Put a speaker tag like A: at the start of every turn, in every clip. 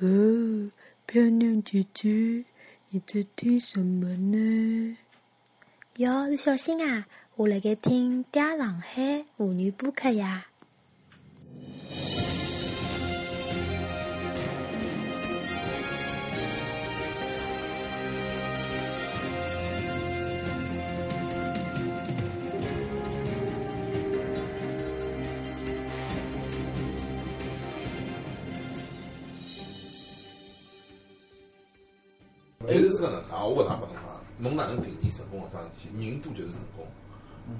A: 哦，漂亮姐姐，你在听什么呢？
B: 哟，你小心啊！我辣盖听《嗲上海妇女播客》呀。
C: 还是这个能介，我勿大拨侬讲，侬哪能定义成功搿桩事体？人多就是成功，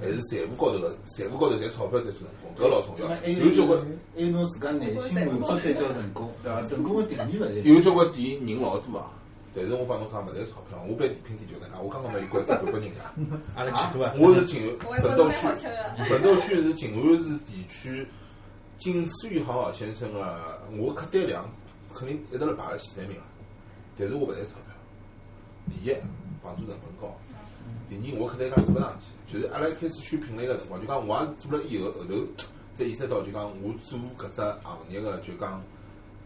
C: 还是财富高头了，财富高头赚钞票才是成功，搿老重要。有交关
D: 还有侬自家内心满足才叫成功，对伐？成功的定义勿一样。
C: 有交关店人老多啊，但是我帮侬讲勿赚钞票，我办品店就搿能介，我刚刚拿伊关店盘拨人家。
E: 阿拉去过啊，
C: 我是静安
F: 我
C: 奋
F: 觉
C: 斗
F: 得
C: 区
F: 蛮好吃，的。
C: 奋斗区是静安市地区仅次于好好先生个、我客单量肯定一直辣排辣前三名啊。但是我勿赚钞票。第一，房租成本高；第二，我客单价做勿上去。就是阿拉一开始选品类个辰光，就讲我也做了以后，后头才意识到，就讲我做搿只行业个，就讲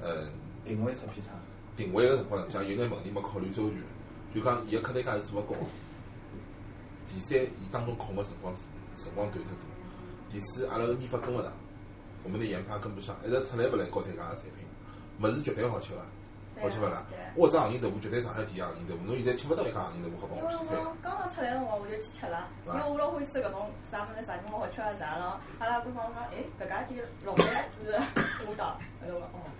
C: 嗯
D: 定位出偏差，
C: 定位个辰光，实际上有眼问题没考虑周全，就讲伊个客单价是做勿高。第三，伊当中空个辰光辰光短太多。第四，阿拉个研发跟勿上，我们的研发跟不上，一直出来勿来高单价个产品，物事绝对好吃个，好吃勿啦
F: 对啊？
C: 我这行业豆腐绝对上海第一行业豆腐，侬现在吃勿到一家行业豆腐好帮
F: 因为
C: 我匹配
F: 我刚刚出来的辰光，我就去吃了，因为我老欢喜吃搿种啥物事啥地方好吃啊啥了。阿拉官方讲，哎，搿家店老 板就是我到，后头我哦，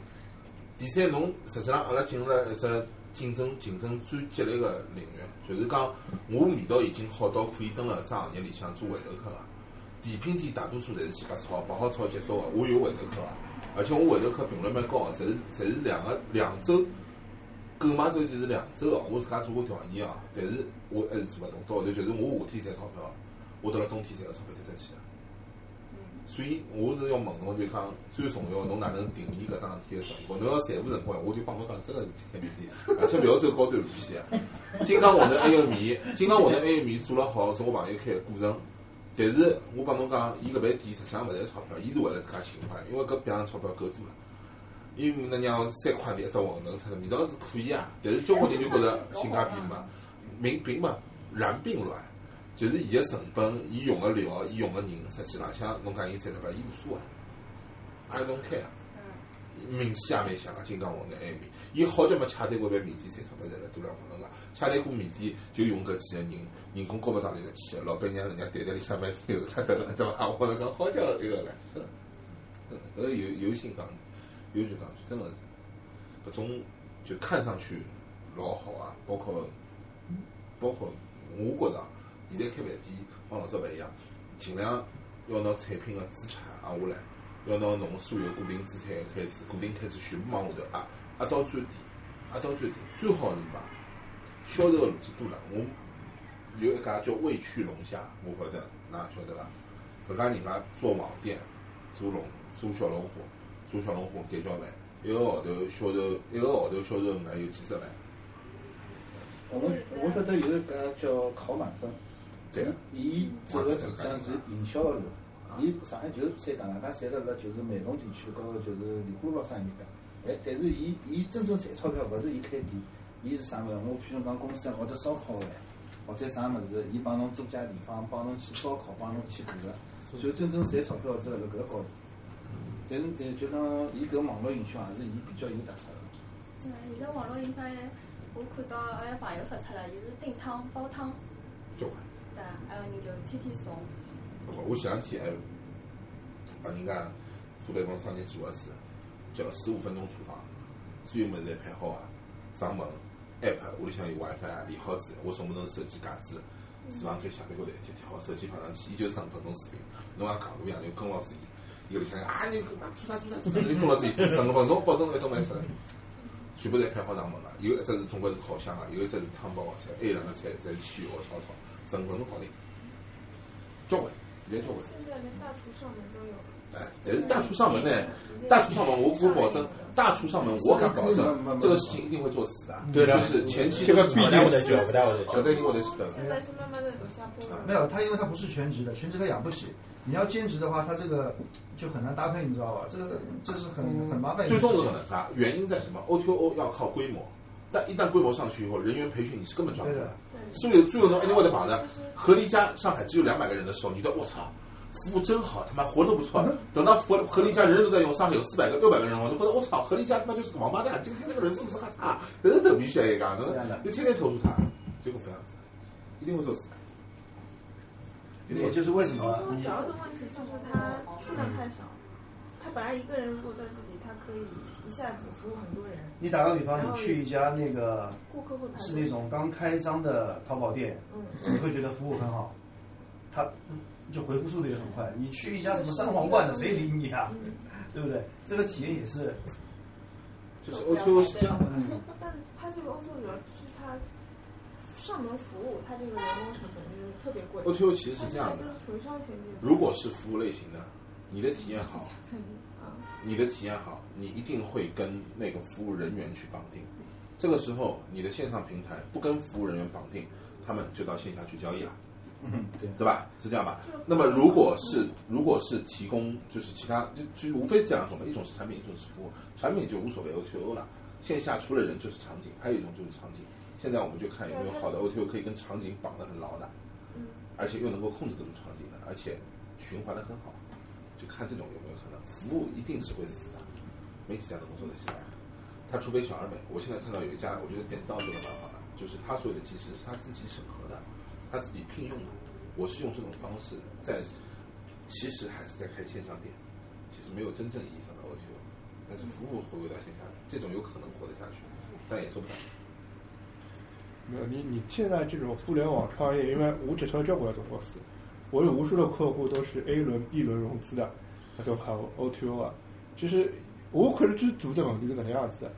C: 第三，侬实际上阿拉进入了一只竞争竞争最激烈个领域，就是讲我味道已经好到可以蹲辣只行业里向做回头客个。甜品店大多数侪是去白炒，白好炒结束个。我有回头客个，啊而且我回头客频率蛮高啊个，侪是侪是两个两周购买周期是两周个。我自家做过调研啊，但是我还是做勿动。到后头就是我夏天赚钞票，啊我到了冬天赚个钞票才出去个。
F: 嗯，
C: 所以我是要问侬，就讲最重要，侬哪能定义搿桩事体个成功？侬要财务成功，我就帮侬讲真个是开面店，而且勿要走高端路线啊。金刚馄饨还有面，金刚馄饨还有面做了好，是我朋友开个古城。但是我帮侬讲，伊搿爿店实际上勿赚钞票，伊是为了自家情怀，因为搿别样钞票够多了。伊没能让三块钿一只馄饨出来，味道是可以啊，但是交关人就觉着性价比没，民并没然并卵，就是伊个成本，伊用个料，伊用个人，实际浪向侬讲伊赚了伐，伊无所谓，I don't care。
F: 嗯，
C: 名气也啊蛮响个，金刚馄饨埃面，伊好久没抢对过爿面店赚钞票赚了多两馄饨个，抢对过面店就用搿几个人，人哎工高勿上来得去，老板娘人家袋袋里向蛮有他得了，对伐？啊我能讲好叫一个了， 真的真的搿呃有有心讲，有就讲句真个是，搿种就看上去老好啊，包括包括我觉着啊，现在开饭店帮老早勿一样，尽量要拿产品个资产压下来，要拿侬所有固定资产个开支、固定开支全部往下头压，压到最低，压到最低，最好是买销售个路子多了。我有一家叫味趣龙虾，我勿晓得，㑚晓得伐？搿家人家做网店，做龙，做小龙虾，做小龙虾盖浇饭，一个号头销售，一个号头销售额有几十万，
D: 我我晓得有一家叫烤满分，
C: 对啊。
D: 伊走个走向是营销道路。伊上海就是三大，外加侪辣辣就是梅陇地区高头就是李花老啥面搭。哎，但是伊伊真正赚钞票勿是伊开店，伊是啥物事？我譬如讲公司或者烧烤饭，或者啥物事，伊帮侬租借地方，帮侬去烧烤，帮侬去搿个，就真正赚钞票是辣辣搿高头。但是但就讲伊搿网络营销还是伊比较有特色个。
G: 嗯
F: 现在网络营销，我看到阿
G: 哎
F: 拉朋友发出来，伊是订汤煲汤，
C: 交关。
F: 对，
G: 哎
F: 还有人就天天送，
C: 我前两天还帮人家做了一份商业计划书，叫十五分钟厨房，所有物事侪配好啊，上门 app 屋里向有 wifi 啊连好子，我送拨侬手机架子，厨房间下边高头一贴贴好，手机放上去，伊就生成侬视频，侬像戆大一样就跟牢自己，伊搿里向啊你搿嘛做啥做啥做啥，你跟牢自己做，十五分钟保证侬一道卖出来。全部侪配好上门个，有一只是中国是烤箱个，有一只是汤包个菜，还有两个菜侪是鲜活炒炒，十五分钟搞定，交关，现在交关。
G: 现在连大厨上门都有，
C: 哎，但是大厨上门呢，
G: 嗯
C: 大厨上门，我我保证，大厨上门，我敢保证，这个事情一定会做死的。啊
E: 对的
C: 就是前期
E: 这个
C: 必
E: 不太会得救，不太会得救。
C: 这一定会得死的。
G: 现在是慢慢的走下坡路。
H: 没有，他因为他不是全职的，全职他养不起。你要兼职的话，他这个就很难搭配，你知道吧？这个这是很很麻烦。
C: 最终是很难搭，原因在什么？O T O O 要靠规模，但一旦规模上去以后，人员培训你是根本抓不住的。所以最后侬一定会得碰着，合力家上海只有两百个人的时候，你觉得我操，服务真好，他妈活都不
H: 嗯
C: 错。等到合合力家人人都在用，上海有四百个、六百个人，我就觉得我操，合力家他妈就是个王八蛋，今天这个人素质还差，等等必须要一个，你天天投诉他，结果这样子，一定会做死。一定
H: 也
C: 会
H: 就是为什么
C: 啊
G: 沟通
H: 你
G: 嗯主要的问题就是他数量太少，他本来一个人如果在这里，他可以一下子服务很多人，
H: 你打个比方，你去一家那个
G: 顾客会排队
H: 是那种刚开张的淘宝店，
G: 嗯，
H: 你会觉得服务很好，他就回复速度也很快。你去一家什么三皇冠的，谁理你啊？对不对？这个体验也是，
C: 就是 O T O 是这样的。
G: 但他这个欧洲主要就是他上门服务，他这个人工成本就是特别贵。
C: O T O 其实是这样
G: 他
C: 的
G: 就是，属于烧钱阶段。
C: 如果是服务类型的，你的体验好，
G: 啊，
C: 你的体验好，你一定会跟那个服务人员去绑定。这个时候，你的线上平台不跟服务人员绑定，他们就到线下去交易了，
D: 嗯，对，
C: 对吧？是这样吧？那么如果是如果是提供就是其他就就无非是这两种嘛，一种是产品，一种是服务。产品就无所谓 O T O 了，线下除了人就是场景，还有一种就是场景。现在我们就看有没有好的 O T O 可以跟场景绑得很牢的，
G: 嗯，
C: 而且又能够控制得住场景的，而且循环的很好，就看这种有没有可能。服务一定是会死的，没几家能够做得起来。他除非小而美，我现在看到有一家，我觉得点到做的蛮好的，就是他所有的技师是他自己审核的，他自己聘用的。我是用这种方式在，其实还是在开线上店，其实没有真正意义上的 OTO，但是服务回归到线下来，这种有可能活得下去，但也做不了。
E: 没有你，你现在这种互联网创业，因为我只投交关这种公司，我有无数的客户都是 A 轮、B 轮融资的，他都喊我 O2O 啊。就是我可能就是做这种就是搿能样子的，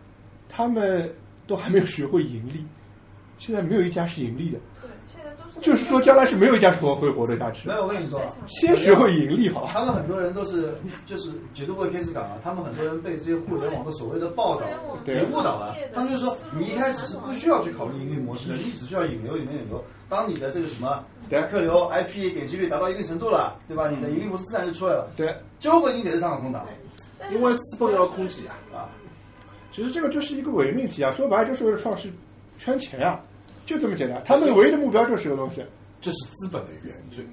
E: 他们都还没有学会盈利，现在没有一家是盈利的，
G: 对，现在都是
E: 就是说将来是没有一家是会活得下去
H: 没
E: 的。
H: 有我跟你说啊，
E: 先学会盈利好，
H: 他们很多人都是 就是解读过 K 字港啊，他们很多人被这些互联网的所谓的报道
E: 对
H: 给误导了。他们就说你一开始是不需要去考虑盈利模式的，你只需要引流、引流、引流。当你的这个什么
E: 对
H: 客流、IP 点击率达到一定程度了，对吧？你的盈利模式自然就出来了，
E: 对。
H: 就会理解是上海通达
C: 因为资本要空气啊，
H: 啊。
E: 其实这个就是一个伪命题啊，说白了就是为了创世圈钱啊，就这么简单。他们唯一的目标就是这个东西。
C: 这是资本的原罪，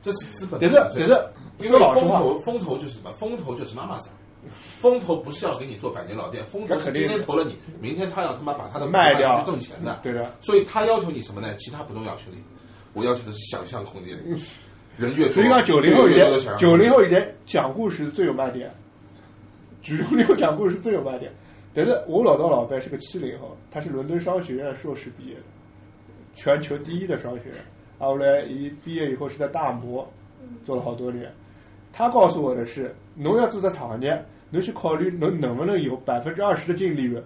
C: 这是资本的
E: 等
C: 原罪。
E: 着等着，
C: 因为
E: 说老实
C: 风
E: 话，
C: 投，风投就是什么？风投就是妈妈桑。风投不是要给你做百年老店，风投
E: 那
C: 是
E: 肯定
C: 今天投了你，明天他要他妈把他的
E: 卖掉
C: 去挣钱的。
E: 对的，
C: 所以他要求你什么呢？其他不重要，兄弟，我要求的是想象空间。人越多，
E: 所以讲九零后以
C: 就越多的啊想
E: 前，
C: 象
E: 九
C: 空间
E: 零后以前讲故事最有卖点，九零后讲故事最有卖点。等等，我老道老伯是个七零后，他是伦敦商学院硕士毕业的，全球第一的商学院。然后来一毕业以后是在大摩做了好多年。他告诉我的是，侬要做只行业，侬去考虑侬能不能有百分之二十的净利润。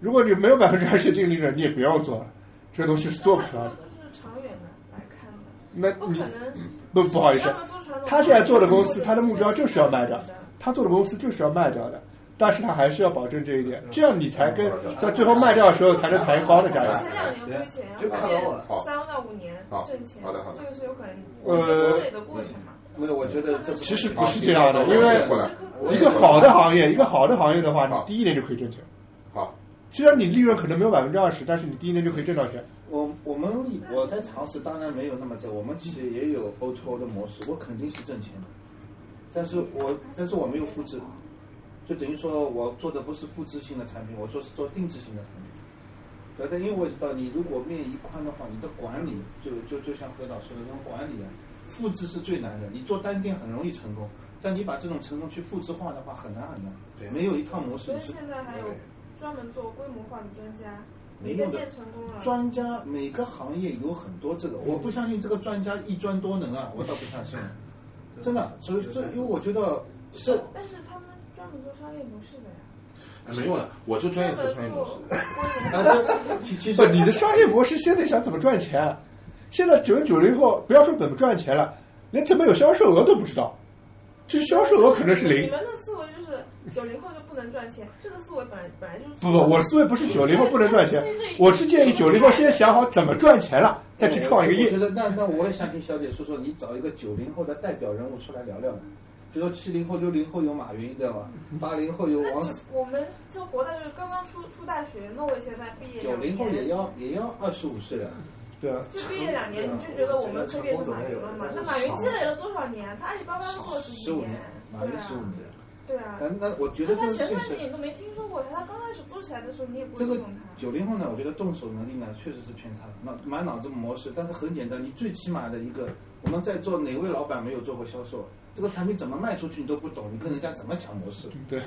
E: 如果你没有百分之二十的净利润，你也不要做了，这个东西是做不出来的。
G: 都是长远的来看的，
E: 那
G: 不
E: 你
G: 可能。
E: 不不好意思，他现在做的公司，他的目标就是要卖掉，他做的公司就是要卖掉的，但是他还是要保证这一点，这样你才跟在最后卖掉的时候才能谈高的价格。
G: 前两年亏钱，啊
D: 就看到我
C: 好
G: 三到五年
C: 好
G: 挣钱，
C: 好的好的
G: 这个是有可能
E: 呃
G: 积累的过程嘛。
D: 没有，我觉得这不
E: 其实不
C: 好
E: 是这
D: 啊
E: 样的，因为
C: 过来
E: 一个好的行业，一个好的行业的话，你第一年就可以挣钱。
C: 好，
E: 虽然你利润可能没有百分之二十，但是你第一年就可以挣到钱。
D: 我我们我在尝试，当然没有那么在，我们企业也有 O to O 的模式，我肯定是挣钱的，但是我但是我没有复制，就等于说我做的不是复制性的产品，我做是做定制性的产品。对，但因为我知道，你如果面一宽的话，你的管理就就就像何导说的，这种管理啊，复制是最难的。你做单店很容易成功，但你把这种成功去复制化的话，很难很难。
C: 对
D: 没有一套模式
G: 所以
D: 是
G: 现在还有专门做规模化的专家，
D: 没
G: 你
D: 用
G: 的
D: 的
G: 店成功了，
D: 专家每个行业有很多这个，我不相信这个专家一专多能啊，我倒不相信，真的。所以这因为我觉得这
G: 但是他们专门做商业模式的呀，
C: 哎没用的，我就专业做商业模式的。
G: 式。
D: 但 是其其
E: 不，
D: 实
E: 你的商业模式现在想怎么赚钱？啊现在九零九零后，不要说怎么赚钱了，连怎么有销售额都不知道，就是销售额可能是
G: 你
E: 零。
G: 们的思维就是九零后就不能赚钱，这个思维本来本来就是
E: 不不，我思维不是九零后不能赚钱，我是建议九零后先想好怎么赚钱了，再去创一个
D: 我觉
E: 业。
D: 得那那我也想听小姐说说，你找一个九零后的代表人物出来聊聊。比如说七零后、六零后有马云对吧？八零后有
G: 那
D: 王
G: 只我们就活在就是刚刚出出大学，那我现在毕业
D: 九
G: 两
D: 零后
G: 年
D: 也要也要二十五岁了，
E: 对啊，
G: 就毕业两年，你就觉得我们可以变成马云了嘛？那马云积累了多少年？啊他阿里巴巴做了
D: 十
G: 几
D: 五
G: 年
D: 年，，马云十五年。
G: 对啊，对
D: 那
G: 啊。
D: 那我觉
G: 那
D: 得这
G: 他
D: 个
G: 前
D: 事
G: 三年
D: 情，
G: 你都没听说过他，他刚开始做起来的时候，你也不会
D: 这个
G: 懂他。
D: 九零后呢，我觉得动手能力呢确实是偏差的，满满脑子模式，但是很简单，你最起码的一个，我们在座哪位老板没有做过销售？这个产品怎么卖出去你都不懂，你跟人家怎么讲模式？
E: 对，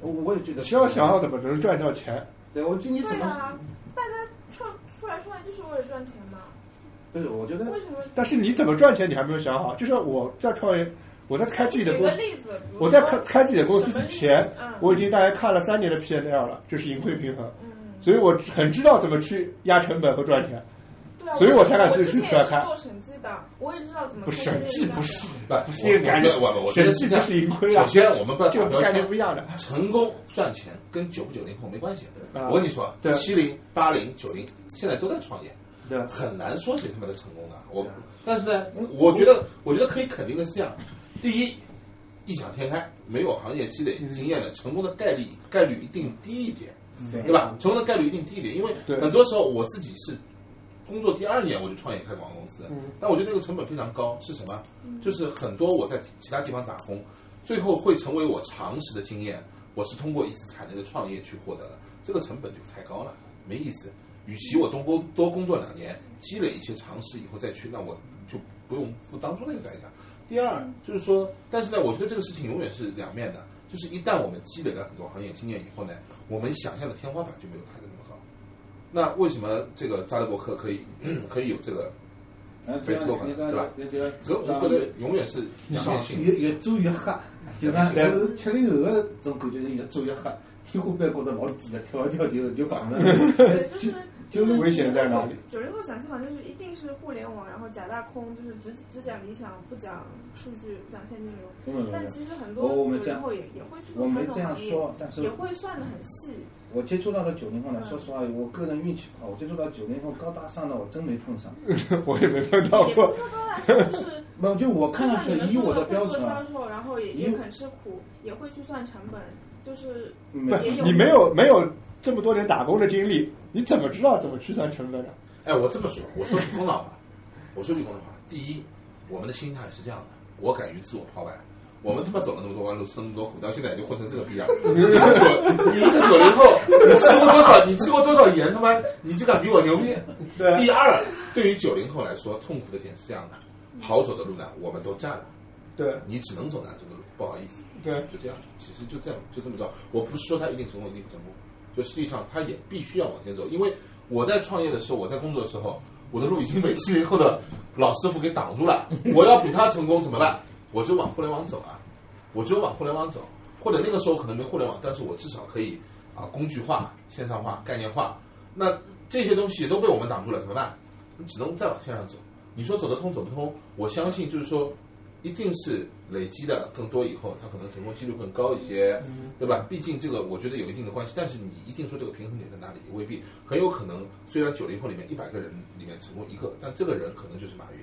D: 我我也觉得
E: 嗯你需要想好怎么能赚到钱。
D: 对，我觉得你怎
G: 对
D: 么
G: 啊，大家创出来创业就是为了赚钱嘛？
D: 不是？我觉得
G: 为什么？
E: 但是你怎么赚钱，你还没有想好。就像我在创业，我在开自己的
G: 举
E: 公
G: 个
E: 司，
G: 例子，比如
E: 我在
G: 说
E: 开开自己的公司之前
G: 什么例子嗯，
E: 我已经大概看了三年的 P&L 了，就是盈亏平衡，
G: 嗯，
E: 所以我很知道怎么去压成本和赚钱。
G: 对啊，
E: 所以我
G: 我
E: 才敢自己
G: 之前
E: 出来
G: 也是
E: 开
G: 做审计的，我也知道怎么
E: 不
G: 开
E: 审
G: 这个
E: 计
G: 业
E: 不
G: 的
E: 是
C: 不，我
E: 是一个概念
C: 我我我觉得
E: 审计
C: 这样
E: 是盈亏啊
C: 首先，我们不要
E: 这
C: 打
E: 个
C: 标
E: 概念不
C: 签。
E: 一样的。
C: 成功赚钱跟九不九零后没关系。
E: 啊
C: 我跟你说
E: 对，
C: 七零、八零、九零现在都在创业，
E: 对嗯
C: 很难说谁他妈的成功的。我
D: 对啊，
C: 但是呢，我觉得，我觉得可以肯定的是这样：第一，异想天开，没有行业积累
E: 嗯
C: 经验的，成功的概率概率一定低一点，
D: 嗯对
C: 对吧？成功的概率一定低一点，因为
E: 对
C: 很多时候我自己是工作第二年我就创业开广告公司，
E: 嗯
C: 但我觉得那个成本非常高，是什么？就是很多我在其他地方打工，最后会成为我常识的经验，我是通过一次惨烈的创业去获得的，这个成本就太高了，没意思。与其我多工多工作两年，积累一些常识以后再去，那我就不用付当初那个代价。第二
E: 嗯
C: 就是说，但是呢，我觉得这个事情永远是两面的，就是一旦我们积累了很多行业经验以后呢，我们想象的天花板就没有他的那么高。那为什么这个扎德伯克可以、嗯可以有这个？
D: 嗯，对
C: Facebook
D: 你刚
C: 对吧
D: 你刚
C: 可我觉得永远是两面性的。
D: 越越做越黑，就讲就是七零后个种感觉是越做越黑，天花板觉得老低了，跳一跳就就讲了。
G: 对，就是
D: 就
G: 就是
E: 危险在哪里？
G: 九零后想象就是一定是互联网，然后假大空，就是只只讲理想，不讲数据，不讲现金流。
D: 嗯
G: 但其实很
D: 我我
G: 多
D: 们
G: 九
D: 这
G: 零
D: 样
G: 后也也会去
D: 我
G: 做
D: 没
G: 传统
D: 这样
G: 行业
D: 说，但是
G: 也会算的很细。
D: 我接触到的九零后呢，
G: 嗯
D: 说实话，我个人运气不好，我接触到九零后高大上的我真没碰上。
E: 我也没碰到
G: 也不
E: 过
G: 是。说高大上，就是
D: 没有，就我看上
G: 像
D: 去
G: 你们
D: 以
G: 说
D: 我
G: 的
D: 的
G: 会
D: 标
G: 做
D: 准啊
G: 销，售， 然后也
D: 以
G: 也
D: 我
G: 肯吃苦，也会去算成本，就是
D: 没
E: 不，
C: 嗯
G: 也有
E: 你没有没有这么多年打工的经历，你怎么知道怎么去算成本啊呢？
C: 哎，我这么说，我说句公道话，我说句公道话。第一，我们的心态是这样的，我敢于自我抛板。我们他妈走了那么多弯路，吃了那么多苦，到现在就混成这个逼样。你一个九，你一个九零后，你吃过多少？你吃过多少盐？他妈，你就敢比我牛逼？
E: 对啊
C: 第二，对于九零后来说，痛苦的点是这样的：好走的路呢，我们都占了，
E: 对
C: 你只能走难走的路，不好意思。
E: 对，
C: 就这样，其实就这样，就这么着。我不是说他一定成功，一定不成功，就实际上他也必须要往前走。因为我在创业的时候，我在工作的时候，我的路已经被七零后的老师傅给挡住 了。我要比他成功怎么办？我就往互联网走啊，我就往互联网走。或者那个时候可能没互联网，但是我至少可以啊工具化、线上化、概念化。那这些东西都被我们挡住了，怎么办？你只能再往线上走。你说走得通走不通？我相信就是说，一定是累积的更多以后，它可能成功几率更高一些，对吧？毕竟这个我觉得有一定的关系，但是你一定说这个平衡点在哪里，也未必。很有可能，虽然九零后里面一百个人里面成功一个，但这个人可能就是马云。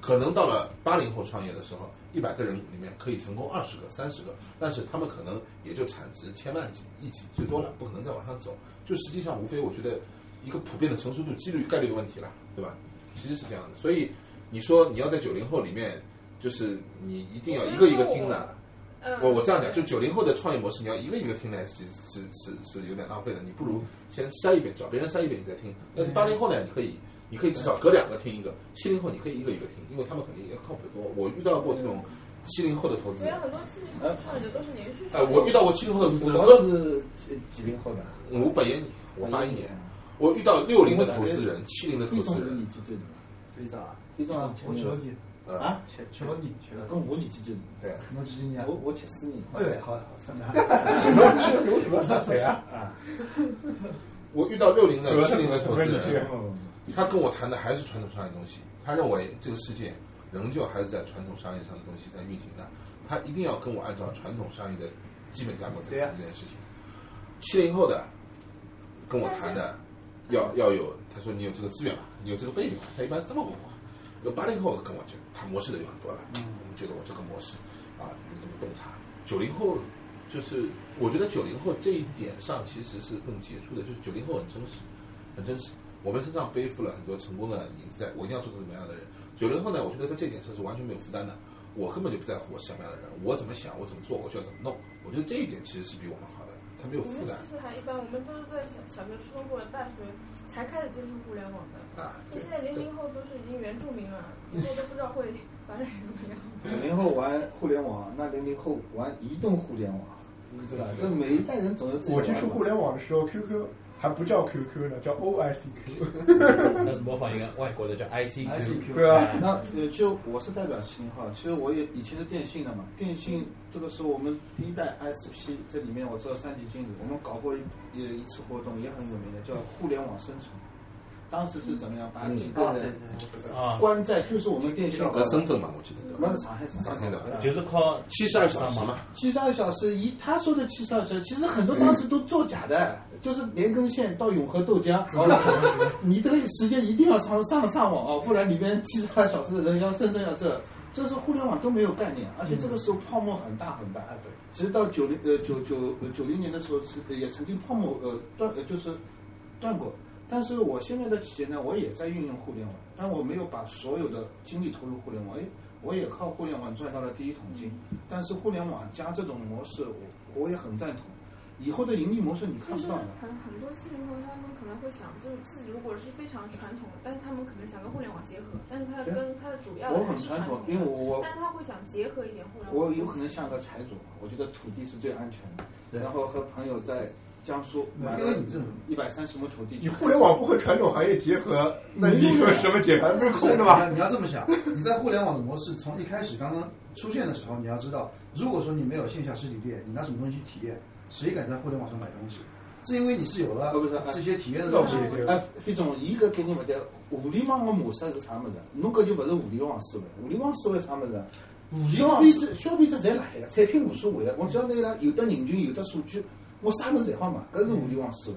C: 可能到了八零后创业的时候，一百个人里面可以成功二十个、三十个，但是他们可能也就产值千万级、亿级最多了，不可能再往上走。就实际上无非我觉得一个普遍的成熟度、几率、概率的问题了，对吧？其实是这样的，所以你说你要在九零后里面，就是你一定要一个一个听的。
G: 嗯，
C: 我我这样讲，就九零后的创业模式，你要一个一个听呢，是是是是有点浪费的。你不如先筛一遍，找别人筛一遍你再听。但是八零后呢，你可以你可以至少隔两个听一个；七零后你可以一个一个听，因为他们肯定也靠谱得多。我遇到过这种七零后的投资
G: 所以
C: 人，
G: 很多七零后创业者都是连续
C: 哎，
G: 创业
C: 我遇到过七零后的投资
D: 我
C: 人，
D: 倒是几几零后的，
C: 我八一年，我八一年，我遇到六零的投资人，七零的投
D: 一
C: 资
D: 种是
C: 人
D: 年，纪最大，
I: 非常啊，
D: 一种啊，
H: 我求了你，
C: 呃，
D: 啊，
I: 全
H: 求了你，求了
D: 跟我年纪最大，
C: 对，
H: 你，我几几年
D: 我？我七四年
H: 哎呦，好呀，好惨
E: 有什么算谁啊？
D: 啊，
C: 我遇到六零的、七零的投资
E: 不是你这
C: 人
E: 个，
D: 嗯
C: 他跟我谈的还是传统商业东西。他认为这个世界仍旧还是在传统商业上的东西在运行的，它一定要跟我按照传统商业的基本架构在
H: 对呀
C: 谈这件事情。七零后的跟我谈的，要要有，他说你有这个资源吧，你有这个背景吧，他一般是这么问我。有八零后跟我讲，他模式的就很多了，嗯，觉得我这个模式啊，你怎么洞察？九零后就是，我觉得九零后这一点上其实是更杰出的，就是九零后很真实，很真实。我们身上背负了很多成功的影子在，我一定要做成什么样的人。九零后呢，我觉得在这点上是完全没有负担的，我根本就不在乎我是什么样的人，我怎么想，我怎么做，我就要怎么弄。我觉得这一点其实是比我们好的，他没有
G: 我
C: 负
G: 们
C: 担
G: 其实还一般，我们都是在小小学、初中或者大学才开始接触互联网的。
C: 啊。
G: 那
C: 对
G: 现在零零后都是已经原住民了，以后都不知道会发展什么样。
D: 九零后玩互联网，那零零后玩移动互联网，对吧？这每一代人总有自己的
E: 我
D: 玩法。
E: 接触互联网的时候，QQ 还不叫 QQ 呢，叫 OICQ。
I: 那是模仿一个外国的叫 ICQ，
E: 对啊
I: 哎
D: 那呃，就我是代表秦哈，其实我也以前是电信的嘛，电信这个时候我们第一代 ISP 这里面我做三级经理，我们搞过一呃一次活动也很有名的，叫互联网生存。当时是怎么样把
C: 嗯
D: 几个人
I: 啊，
D: 关在，就是我们电信
C: 在深圳嘛，我记得对
D: 不
C: 吧
D: 是？上海，
C: 上海的吧
I: 就是靠
C: 七十二小时嘛，
D: 七十二小时，一他说的七十二小时，其实很多当时都作假的，就是连根县到永和豆浆，好了， 你这个时间一定要上上上网啊，不然里面七十二小时的人要深圳要这，这是互联网都没有概念，而且这个时候泡沫很大很大。对，其实到九零呃九九呃九零年的时候，是也曾经泡沫呃断呃就是断过。但是我现在的企业呢，我也在运用互联网，但我没有把所有的精力投入互联网，哎，我也靠互联网赚到了第一桶金。但是互联网加这种模式，我我也很赞同。以后的盈利模式你看
G: 但
D: 不
G: 是
D: 到的，
G: 很很多七零后，他们可能会想，就是自己如果是非常传统的，但是他们可能想跟互联网结合，但是他
D: 对
G: 跟他的主要的
D: 我
G: 还
D: 很
G: 是
D: 传
G: 统
D: 统，，因为我我
G: 但是他会想结合一点互联网。
D: 我有可能像个财主，我觉得土地是最安全的。然后和朋友在江苏买
H: 因为
D: 了
H: 你这种
D: 一百三十亩土地，
E: 你互联网不和传统行业结合，
D: 嗯
E: 那你有什么结合？不是空的
H: 你
E: 吗？
H: 要你要这么想，你在互联网的模式从一开始刚刚出现的时候，你要知道，如果说你没有线下实体店，你拿什么东西去体验？谁敢在互联网上买东西？正因为你是有了
D: 哦不是
H: 这啊些体验的
E: 倒
H: 东
E: 不
H: 西，
E: 是这个
D: 哎，飞总，伊搿概念勿对。互联网个模式是啥物事？侬搿就勿是互联网思维。互联网思维是啥物事？啊消费者消费者侪辣海个，产品无所谓个。啊我只要拿伊拉有得人群，有得数据，我啥物事侪好买。搿是互联网思维。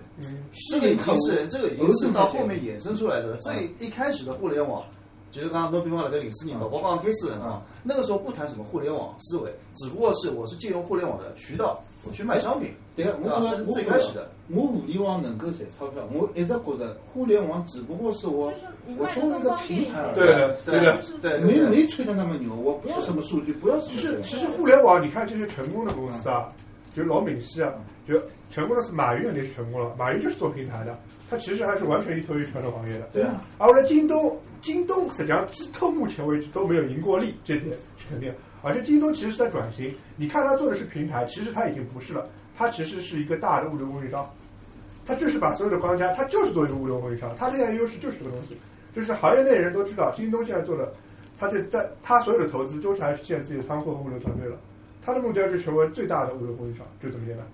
H: 这个已经是这个已经是到后面衍生出来的了。最一开始的互联网，就是刚刚侬比方辣盖零四年嘛，我刚刚开始辰光，那个时候不谈什么互联网思维，只不过是我是借用互联网的渠道，我去卖商品。
D: 对个，我
H: 啊
D: 觉
H: 这
D: 着
H: 是
D: 我
H: 最
D: 觉
H: 开始的
D: 着，我互联网能够赚钞票，我一直觉着互联网只不过是我
G: 就是你
D: 我
G: 卖的
D: 通过
G: 更
D: 一个
G: 方便一
D: 平台
G: 点。
D: 而已。
E: 对的，对的。
G: 就是
H: 对
D: 没没吹得那么牛，我不要什么数据，不要什
E: 其
D: 么
E: 实
D: 钱。
E: 其实互联网，你看这些成功的公司啊，就是老明细啊，就成功的是马云肯定是成功了，马云就是做平台的，他其实还是完全依托于传统行业的。
D: 对啊，
E: 而我的京东，京东实际上到目前为止都没有赢过利，这点是肯定的。而且京东其实是在转型，你看它做的是平台，其实它已经不是了，它其实是一个大的物流供应商，它就是把所有的商家，它就是做一个物流供应商，它现在优势就是这个东西，就是行业内人都知道，京东现在做的，它在在它所有的投资都是还是建自己的仓库和物流团队了，它的目标是成为最大的物流供应商，就这么简单。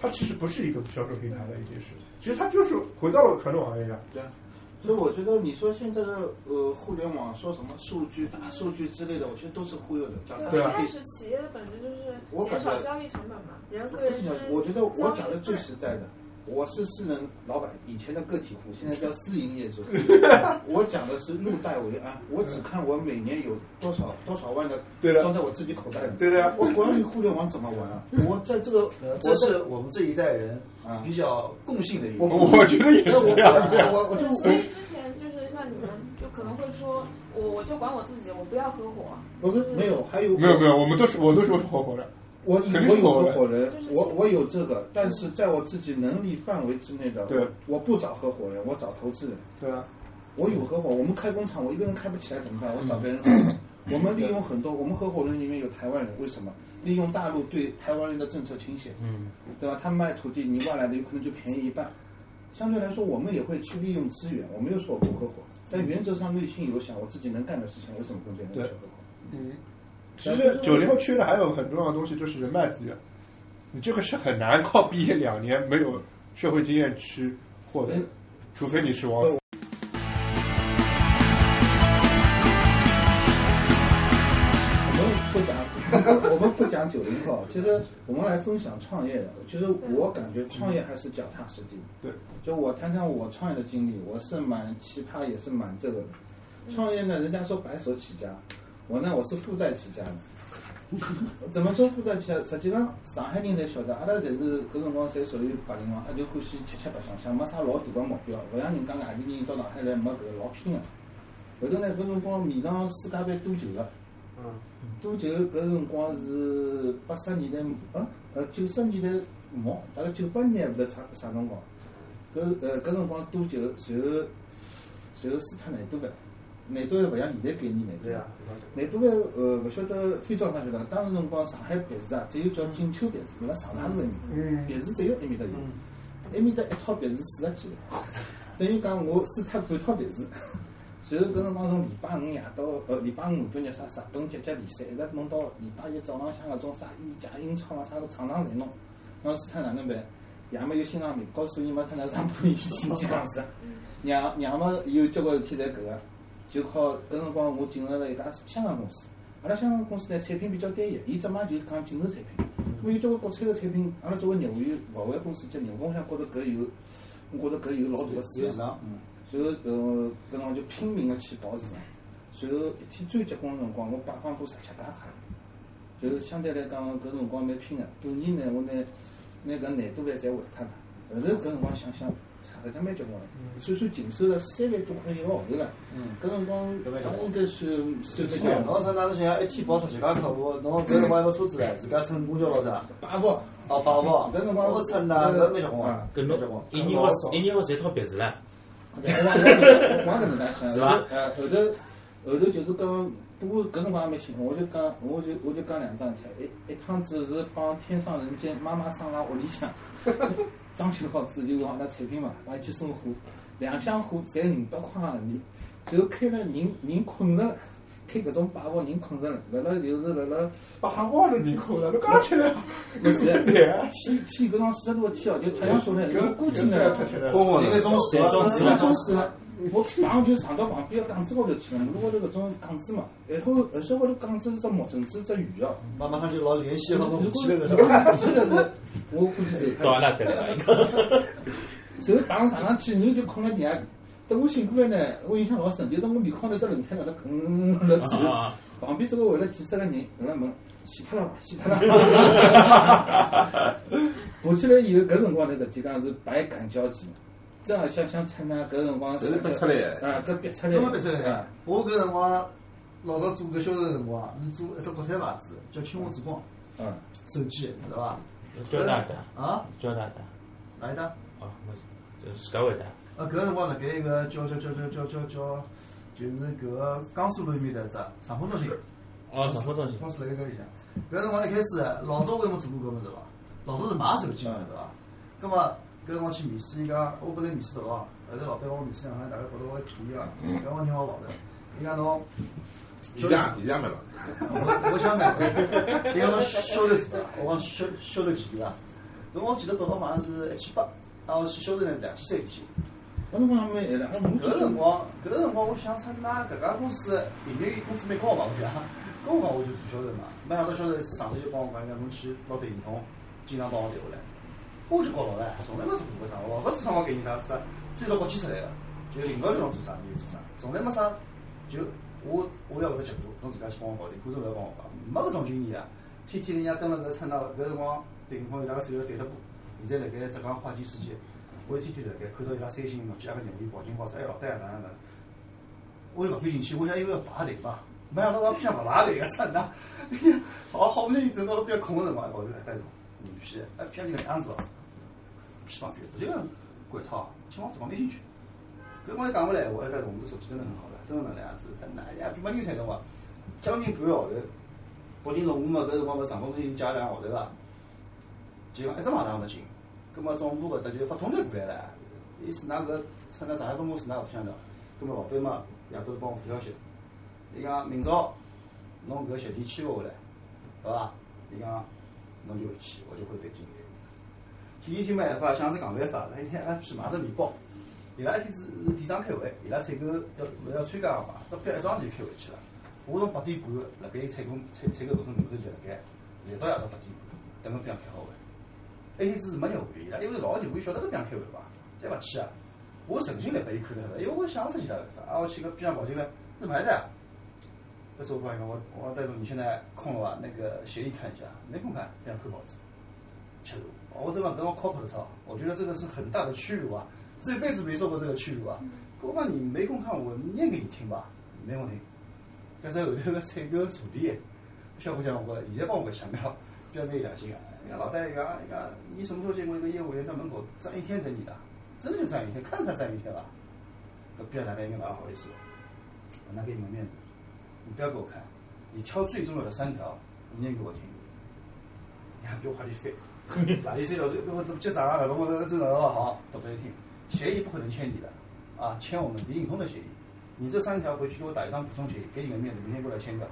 E: 它其实不是一个销售平台的一件事，其实它就是回到了传统行业呀。
D: 对啊，所以我觉得你说现在的呃互联网说什么数据、大数据之类的，我觉得都是忽悠的。讲
G: 对，
E: 对啊
G: 一开始企业的本质就是
D: 我
G: 减
D: 感觉
G: 少交易成本嘛，人和
D: 我跟
G: 人
D: 你
G: 之
D: 讲
G: 间，
D: 我觉得我讲的
G: 交易
D: 最实在的，我是私人老板，以前的个体户，现在叫私 营业主。我讲的是入袋为安，我只看我每年有多少多少万的
E: 对的
D: 装在我自己口袋里。
E: 对的呀啊
D: 我管理互联网怎么玩啊？我在这个，
H: 呃
D: 我
H: 这
D: 在
H: 是我们这一代人
D: 啊
H: 比较共性的一
D: 我
H: 个。
E: 我觉得也
D: 那我
E: 是这样的呀。
D: 我我我就
G: 所以之前就是像你们就可能会说，我我就管我自己，我不要合伙，
D: 我不是没有，还有
E: 没有没有，我们都是我都是我是合伙的。
D: 我
E: 肯定
D: 我
E: 是
D: 有
E: 合
D: 合
E: 伙
D: 伙人
G: 就是，
D: 我
G: 亲
D: 我有这个，但是在我自己能力范围之内的，
E: 对
D: 我我不找合伙人，我找投资人。
E: 对啊，
D: 我有合伙，我们开工厂，我一个人开不起来怎么办？我找别
E: 嗯
D: 人合伙。我们利用很多，我们合伙人里面有台湾人，为什么？利用大陆对台湾人的政策倾斜，
I: 嗯，
D: 对吧？他们卖土地，你外来的有可能就便宜一半。相对来说，我们也会去利用资源，我没有说我不合伙，但原则上内心有想我自己能干的事情，为什么跟别人去
E: 对
D: 合伙？
E: 嗯，其实九零后缺的还有很重要的东西就是人脉资源，你这个是很难靠 毕业两年没有社会经验去获得的，
D: 嗯
E: 除非你是王思。
D: 我们不讲九零后，其实我们来分享创业的。其实我感觉创业还是脚踏实地。
E: 对，
D: 就我谈谈我创业的经历，我是蛮奇葩，也是蛮这个的。
C: 嗯
D: 创业呢，人家说白手起家，我呢我是负债起家的。怎么说负债起家？实际上上海人侪晓得，阿拉侪是搿辰光侪属于白领嘛，阿就欢喜吃吃白相相，没啥老大个目标，勿像人家外地人到上海来没搿个老拼个。后头呢，搿辰光面上世界杯多球了。多球搿辰光是八十年代末啊，呃九十年代末，大概九八年勿是啥啥辰光？搿呃搿辰光多球，然后然后斯特内多万，内多万勿像现在概念内多万，内多万呃勿晓得非洲啥晓得，当时辰光上海别墅啊，只有叫锦秋别墅，辣长沙路埃面，别墅只有埃面搭有，埃面搭一套别墅四十几个，等于讲我输脱半套别墅。然后搿辰光从礼拜五夜到呃礼拜五下半日啥石墩节节联赛，一直弄到礼拜一早浪向搿种啥意甲、英超啊啥个场场侪弄，弄死脱哪能办？爷么有心肠病，告诉伊没脱哪上班，伊心肌梗塞。娘娘么有交关事体侪搿个，就靠搿辰光我进入了一家香港公司，阿拉香港公司呢产品比较单一，伊只卖就是讲进口产品。咾么有交关国产个产品，阿拉作为业务员勿会公司接业务，我想觉着搿有，我觉着搿有老大个
H: 有
D: 市
H: 市
D: 场。
H: 场，嗯，
D: 然后呃，搿辰光就拼命个去跑市场。然后一天最结棍个辰光，我摆放过十七家卡。就相对来讲，搿辰光蛮拼个。啊半年呢，我拿拿搿难度饭侪还脱了。后头搿辰光想想，差实际蛮结棍个，算算净收了三万多块一个号头了。
J: 嗯
D: 搿辰光应该算算蛮结棍
H: 侬
D: 个。
H: 是哪能想象一天跑十几家客户，侬搿辰光还没车子唻，自家乘公交老啥？
D: 八包，
H: 哦，跑步，
D: 搿辰光
H: 我乘呐，搿蛮结棍啊
D: 啊，
I: 搿
H: 结棍
I: 侬。一年学一年学侪套别墅了，
D: 对我也我也搿能介想，
I: 是吧
D: 呃，后头后头就是讲，不过搿辰光也蛮辛苦，我就讲，我就我就讲两桩事体，一一趟子是帮天上人间妈妈桑拉屋里 向装修好之后，就用阿拉产品嘛，帮伊去送货，两箱货侪五百块行钿，最后开了人人困着了，开搿种摆活人困着了，辣辣就是辣辣。
E: 把韩国人领 口了，侬刚起来，啊
D: 不是， 天天搿趟四十多天哦，就太阳晒来，我估计呢，
C: 公
H: 一个钟死了，
D: 是吧？公司呢，我碰就上到旁边个杠子高头去了，马路高头搿种杠子嘛，然后后首高头杠子是只木凳子，只鱼哦。
H: 妈马上就老联系了，
D: 如
H: 侬
D: 果
H: 去了
D: 如
H: 是
D: 果
H: 吧？
D: 真的是，我估计得
I: 到阿拉搿来个，
D: 然后上上上去，人就困了地下里。等我醒过来呢，我印象老深，就是我面孔头只轮胎辣辣滚辣转
I: 啊啊啊，
D: 旁边这个围了几十个人辣辣问，死脱了伐？死脱了。爬起来以后，搿辰光呢，实际讲是百感交集，正好想想出呢，搿辰光
C: 侪是逼出来的
D: 啊，搿逼出来，
H: 怎么别出来
D: 啊
H: 的？我搿辰光老早做搿销售辰光，是做一只国产牌子，叫清华紫光
D: 啊，
H: 手机，对伐？
I: 交大的，
H: 啊，
I: 交大的，
H: 哪一搭？
I: 哦，我是搿会的，
H: 呃，搿辰光辣盖一个叫叫叫叫叫叫叫，就是搿个江苏路埃面搭一只上货中心，
I: 哦，上货中心，
H: 公司辣盖搿里向。搿辰光一开始，老早为么做过搿物事伐？老早是买手机嘛，对伐？葛末搿辰光去面试，伊讲我本来面试得牢，后头老板帮我面试两趟，大概觉着我还可以啊，搿辰光人老老实，伊讲侬。
C: 现在现在没了，
H: 我我想买个，伊讲侬销售几钿啊？我讲销销售几钿啊？侬我记得到到好像是一千八，啊，我去销售呢两千三钿。
D: 搿辰光还蛮闲了，还没
H: 搿辰光，搿辰光我想出那搿家公司营业工资蛮高嘛，我讲，搿辰光我就做销售嘛，没想到销售上头就帮我讲，讲侬去拿对系统，经常帮我调回来。我就搞老了，从来没做过啥，我老早做啥我给你啥啥，最多国企出来个，就领导叫侬做啥你就做啥，从来没啥，就我我要搿个结果，侬自家去帮我搞定，观众勿要帮我搞，没搿种经验啊，天天人家跟了搿参加搿辰光顶峰伊拉个手要对得过，现在辣盖浙江花季世界，我一天天辣盖看到伊拉三星诺基亚个业务员跑进跑出，哎老板哪能哪能。我就勿敢进去，我想因为要排队嘛，没想到我偏勿排队个，真的。好好不容易等到了比较空个辰光，跑出来带走，女婿，哎，偏就搿样子哦，去旁边，我就讲管他，亲王子光没兴趣。搿辰光讲勿来话，哎，但是我们的手机真的很好了，真的能那样子，真的，哎呀，没人才懂伐？将近半个号头，北京龙湖嘛，搿辰光勿上班已经加两个号头伐？就讲一只碰也没进，葛末总部搿搭就发通知过来了，意思㑚搿趁㑚上海分公司㑚勿相让，葛末老板嘛夜到帮我发消息，伊讲明朝侬搿协定签勿下来，对伐？伊讲侬就回去，我就回北京。第一天没办法，想着讲办法，那天阿拉去买只面包，伊拉一天是店长开会，伊拉采购要要参加个嘛，到八一早上就开会去了。我从八点半辣盖采工采采购过程门口就辣盖，站到夜到八点半，等侬这样开好会。那些子是没人回伊拉，因为老牛会晓得搿样开会伐？再勿去啊！我曾经来拨伊看了，因为哎我想勿出其他办法，啊，我去个边上跑进来，这牌子啊！这是我朋友，我我戴总，你现在空了吧？那个协议看一下，没空看，这样看报纸。切入。我这帮跟我靠谱的操，我觉得这个是很大的屈辱啊！这辈子没受过这个屈辱啊！我讲你没空看，我念给你听吧，没问题。但是后头个采购助理，小姑娘我现在帮我想到，不要没良心啊！人家老戴一个，一个你什么时候见过一个业务员在门口站一天等你的？真的就站一天，看他站一天吧。搿不要来应该蛮好意思，我拿给你们面子，你不要给我看，你挑最重要的三条，你念给我听。你还不就话去翻？哪一些条？那么怎么结账啊？那么这这哪了好？都不要听，协议不可能签你的，啊，签我们李永通的协议。你这三条回去给我打一张补充协议，给你们面子，明天过来签个。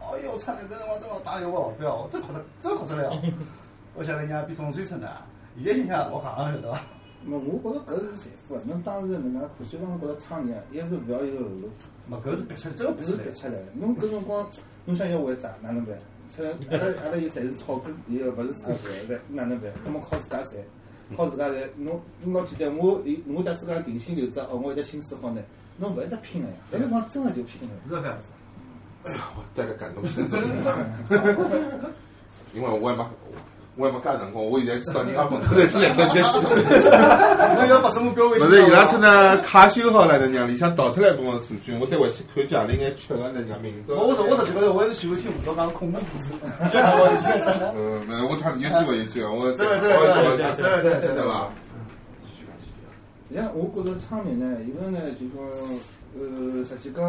H: 哎呦，我操！那辰光正好打给我老表，我真考得真考出来哦。 我想人家比中水啊称的，现在想想我行了，对吧？
D: 那我觉着搿是财富啊！侬当时能介看，虽然我觉着创业一是勿要有后路，
H: 嘛，搿是逼出来，真个逼
D: 搿
H: 出
D: 是
H: 来
D: 逼。出来的。侬搿辰光，侬想要还债哪 能办？虽然阿拉阿拉又侪是炒股，又勿是啥别的， 哪能办？那么靠自家赚，靠自家赚。侬侬老简单，我我假使讲定性留着，哦，我有得薪水好呢，侬勿会得拼个呀。搿辰光真个就拼了。
H: 是搿样子。
C: 哎呀，我带着感动心中，因为我也没我也没介辰光，我现在去到人家门口头去来去去。
H: 侬要把什么标位？
C: 不是伊拉真的卡修好了，那娘里向倒出来拨我数据，我再回去看家里眼吃的那娘明
D: 啊
C: 朝。
H: 我我我只觉得我还是喜欢听武道讲恐怖故事，就让我现在。
C: 嗯，没我他有机会有机会，我
H: 对对对
C: 我
H: 对
C: 我
H: 对对
C: 真
H: 对
C: 的吧？
D: 实际上，我觉着创业呢，一个呢就讲，呃，实际讲，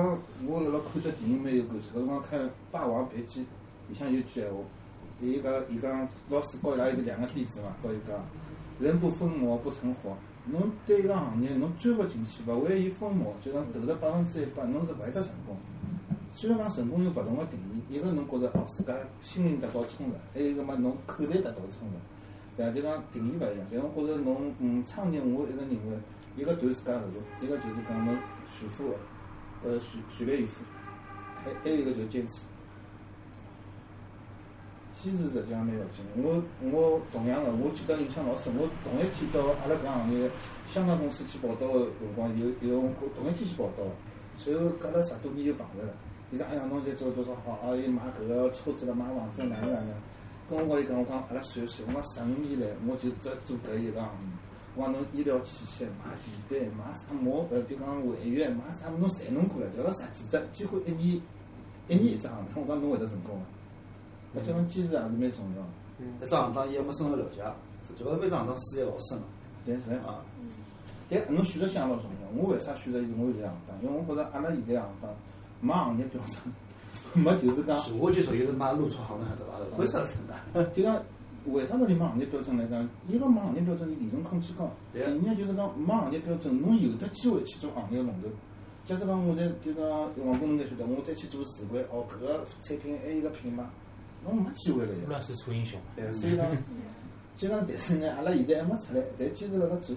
D: 我辣辣看只电影蛮有感触。搿辰光看《霸王别姬》，里向有句闲话，伊讲伊讲老师教伊拉有两个弟子嘛，教伊讲，人不分毛不成活。侬对一项行业侬钻勿进去，勿为伊分毛，就讲投入百分之一百，侬是勿会得成功。虽然讲成功有勿同个定义，一个侬觉着哦自家心灵得到充实，还有一个嘛侬口袋得到充实，对伐？就讲定义勿一样。但我觉着侬嗯创业，我一直认为一个谈自家后路，一个就是讲侬全副呃全全力以赴，还还有一个就是坚持。坚持实际上蛮要紧的。我我同样的，我记得印象老深，我同一天到阿拉搿行业香港公司去报道个辰光，有有我同一天去报道的，随后隔了十多年就碰着了。伊讲哎呀，侬现在做多少好？啊，又买搿个车子了，买房子了，哪能哪能？跟我讲，我讲阿拉算一算，我讲十五年来，我就只做搿一个行业。我讲侬医疗器械买地板买啥毛呃，就讲还原买啥物侬侪弄过了，调了十几只，几乎一年一年一只行业。我讲侬会得成功个。我觉讲坚持还是蛮重要的，
G: 嗯
H: 搿只行当伊还没深入了解，实际高头每只行当水也老深个。
D: 但是啊，
H: 啊，
D: 但侬选择性也老重要。我为啥选择我现在行当？因为我觉着阿拉现在行当没行业标准， 没就是讲啊
H: 我就属于是买路出行的，对伐？不是成的。
D: 呃就讲为啥道理没行业标准来讲？一个没行业标准，利润空间高；第
H: 对啊
D: 二就是讲没行业标准，侬有得机会去做行业龙头。假使讲我在就讲王工应该晓得，我再去做四环，哦，搿个产品还有一个品牌，侬没机会了呀。
I: 乱世出英雄。
D: 对，啊所 以讲，
J: 嗯
D: 就讲，但是呢，阿拉现在还没出来，但坚持辣辣做。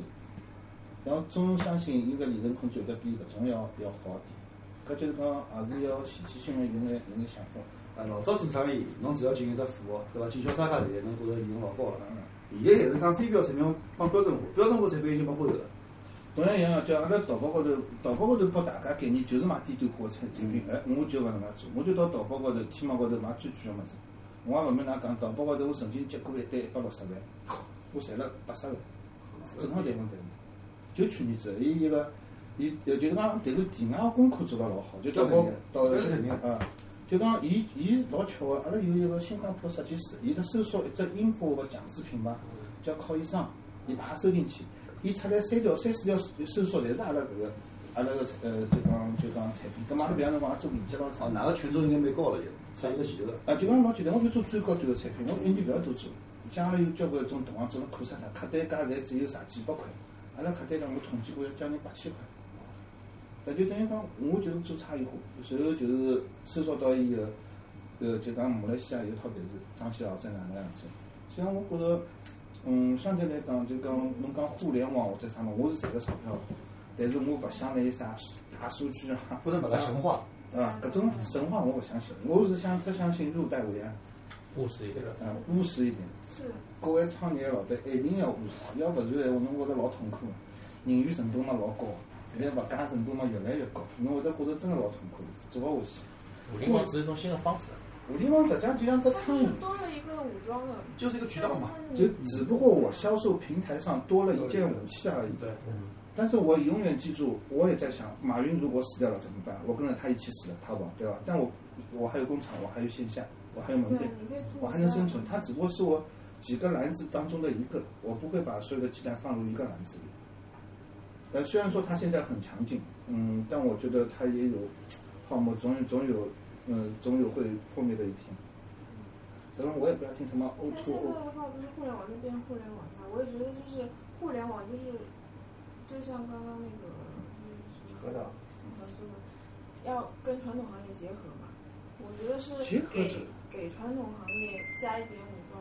D: 然后总相信伊个利润空间会得比搿种要要好一点。搿就是讲，也是要前期性个有眼有眼想法。
H: 啊，老早做生意，侬只要进一只服务，对伐？进销商家现在侬觉着利润老高了。
D: 嗯。
H: 现在也是讲非标产品帮标准化，标准化产品已经没欢头了。
D: 同样一样，叫阿拉淘宝高头，淘宝高头拨大家概念就是买低端化产产品，哎，我就勿能介做，我就到淘宝高头、天猫高头买最贵个物事。我也勿瞒㑚讲，淘宝高头我曾经接过一单一百六十万，我赚了八十万，正好对方对。就去年子，伊一个，伊呃就是讲，迭个店外个功课做了老好，就淘宝到
H: 这是肯定的
D: 啊，就讲伊伊老巧个，阿拉有一个新加坡设计师，伊辣搜索一只英国个强子品牌，叫靠衣裳，伊把它收进去，伊出来三条三四条搜索，侪是阿拉搿个阿拉个呃就讲就讲产品，葛末阿拉别个辰光也做面积老
H: 哦
D: 长，，
H: 哪个权重应该蛮高了，就出一个前头了。
D: 啊，就讲老简单，我就做最高端个产品，我一年勿要多做。像阿拉有交关种同行做了苦杀他，客单价侪只有啥几百块，阿拉客单价我统计过要将近八千块。那就等于讲，我就是做差异化，随后就是搜索到以后，呃，就讲马来西亚有一套牌子，张起来或者哪能样子。所以讲，我觉着，嗯，相对来讲，就讲侬讲互联网或者啥么，我是赚了钞票的，但是我勿想拿伊啥大数据啊，
H: 不能把它神化。
D: 对伐？搿种神话我勿相信，我是想只相信陆大为啊，
I: 务实一点。
D: 啊，务实一点。
G: 是
D: 各位创业老板一定要务实，要勿然闲话侬觉着老痛苦，人员成本嘛老高，现在物价成本嘛越来越高，侬会得觉着真个老痛苦，做勿下去。
I: 武林王只是一种新的方式，
D: 互联网实际上就像只
G: 它
D: 苍
G: 只
D: 蝇
G: 是，多了一个武装的，
H: 就是一个渠道嘛。
D: 就只不过我销售平台上多了一件武器而已。
H: 对，
D: 但是我永远记住，我也在想，马云如果死掉了怎么办？我跟着他一起死了，淘宝对吧？但我我还有工厂，我还有线下，我还有门
G: 对
D: 店，，
G: 你可以做
D: 我还能生存。它只不过是我几个篮子当中的一个，我不会把所有的鸡蛋放入一个篮子里。呃，虽然说他现在很强劲，嗯，但我觉得他也有泡沫，总有总有，嗯，总有会破灭的一天。虽然我也不要听什么 O
G: 但现
D: to
G: 在
D: O，
G: 的话，不是互联网就变成互联网化，我也觉得就是互联网就是，就像刚刚那个就是
E: 何导
G: 你们说的，要跟传统行业结合嘛。我觉得是
D: 结合
G: 给
D: 者
G: 给传统行业加一点武装。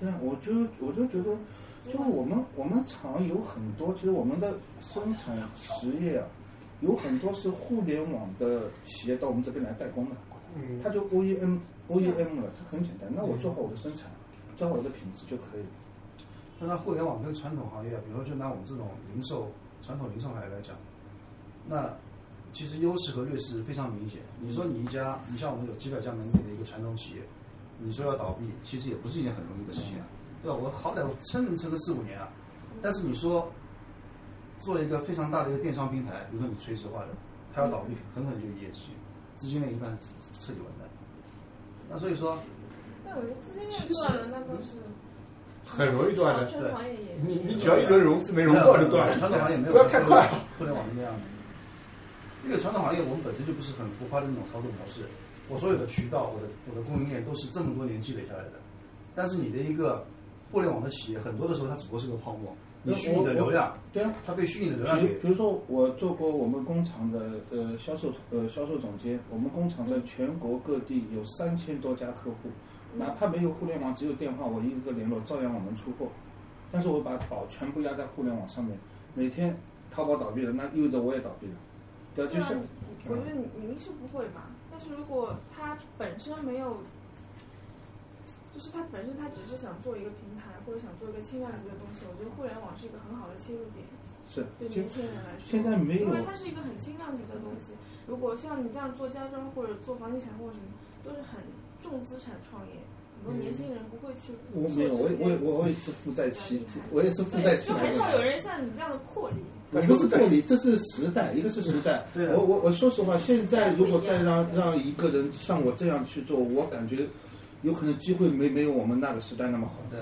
D: 对啊，我就我就觉得，就我们我们厂有很多，其实我们的生产实业啊，有很多是互联网的企业到我们这边来代工的，
E: 嗯
D: 它就 E OEM OEM 了，它很简单。那我做好我的生产，做好我的品质就可以了。
H: 那它互联网跟传统行业，比如说就拿我们这种零售传统零售行业来讲，那其实优势和劣势非常明显。你说你一家，你像我们有几百家门店的一个传统企业，你说要倒闭，其实也不是一件很容易的事情啊，对吧？我好歹我撑能撑个四五年啊，
J: 嗯
H: 但是你说做一个非常大的一个电商平台，比如说你垂直化的，它要倒闭，很可能就一夜之间，资金链一般彻底完蛋。那所以说，
G: 但我觉得资金链断了，那都是
E: 很容易断的
G: 传统行业也
E: 你你只要一轮融资没融到就断
H: 传统行业没
E: 了，
H: 有
E: 不要太快。
H: 互联网是那样的。因为传统行业我们本身就不是很浮夸的那种操作模式，我所有的渠道、我的我的供应链都是这么多年积累下来的。但是你的一个互联网的企业，很多的时候它只不过是个泡沫，你虚拟的流量，
D: 对啊，
H: 它被虚拟的流量
D: 比
H: 给
D: 如比如说我做过我们工厂的呃销售呃销售总监，我们工厂在全国各地有三千多家客户，
C: 嗯
D: 哪怕没有互联网，只有电话，我一个联络照样我能出货，但是我把宝全部压在互联网上面，哪天淘宝倒闭了，那意味着我也倒闭了，对啊，就
G: 对啊
D: 像，
G: 我觉得你你是不会吧？但是如果他本身没有，就是他本身他只是想做一个平台或者想做一个轻量级的东西，我觉得互联网是一个很好的切入点，
D: 是
G: 对
D: 就
G: 年轻人来说。
D: 现在没有
G: 因为它是一个很轻量级的东西。如果像你这样做家装或者做房地产或者什么，都是很重资产创业，很多年轻人不会去做
D: 嗯我
G: 这些。
D: 没有，我也我也我我也是负债期，我也是负债
G: 对，啊
D: 期
G: 就
D: 来
G: 很
D: 的。
G: 少有人像你这样的魄力。
D: 我不是过你，这是时代，一个是时代。
H: 对啊
D: 我我我说实话，现在如果再让让一个人像我这样去做，我感觉有可能机会没没有我们那个时代那么好。
H: 对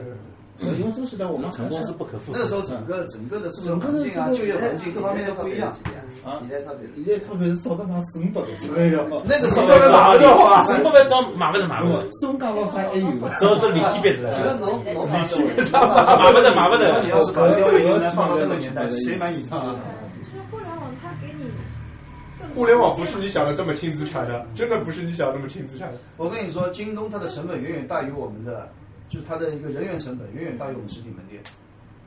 D: 对，因为这个时代我们
I: 成功是不可复
H: 那个时
I: 制。
H: 候整个整个的社会环境啊、就业环境各方面都不一样。
D: 啊
K: 现在钞票，
D: 现在特别是少他妈四五百个之类的，
H: 那个时候哪个好啊？
I: 什么不找马不是马不啊是，
D: 松干老三也有。
I: 都是零级别子
K: 现
I: 的
K: 在，侬侬买这个，
I: 马不是马不
H: 你说你要
I: 是。
H: 是把这个云南放到那个年代，谁买你上啊？
G: 就是互联网它给你更多
E: 互联网不是你想的这么轻资产的，真的不是你想的那么轻资产的。
H: 我跟你说，京东它的成本远远大于我们的，就是它的一个人员成本远远大于我们实体门店。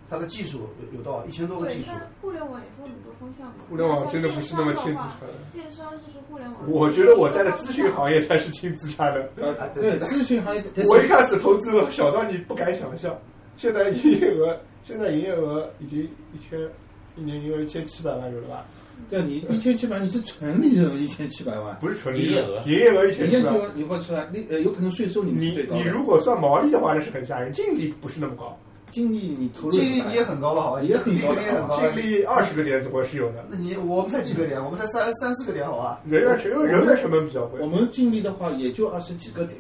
H: 它的技术有有多少？一千多个技
G: 对，
H: 术
G: 但，互联网也分很多方向嘛。
E: 互联网真的不是那么轻资产的。
G: 电商就是互联网。
E: 我觉得我在的咨询行业才是轻资产的。
D: 呃，对，咨询行业，但
E: 我一
D: 是
E: 开始投资了，小到你不敢想象，现在营业额现在营业额已经一千，一年营业额一千七百万有了吧？
D: 对你一千七百，你是纯利润一千七百万，
E: 不是纯
I: 利润
E: 营业额一千
D: 一
E: 七
D: 千
E: 百
D: 七
E: 万。
D: 万你不出来，利呃有可能税收你
E: 你
D: 是最高
E: 你
D: 的。
E: 如果算毛利的话，那是很吓人，净利不是那么高，
D: 净利你投入
H: 净利也很高了，好吧？
D: 也很高
H: 利也很高。
E: 净利二十个点左右是有的。
H: 那你我们才几个点？我们才三三四个点，好吧？
E: 人员成因为人员成本比较贵
D: 我，们净利的话也就二十几个点，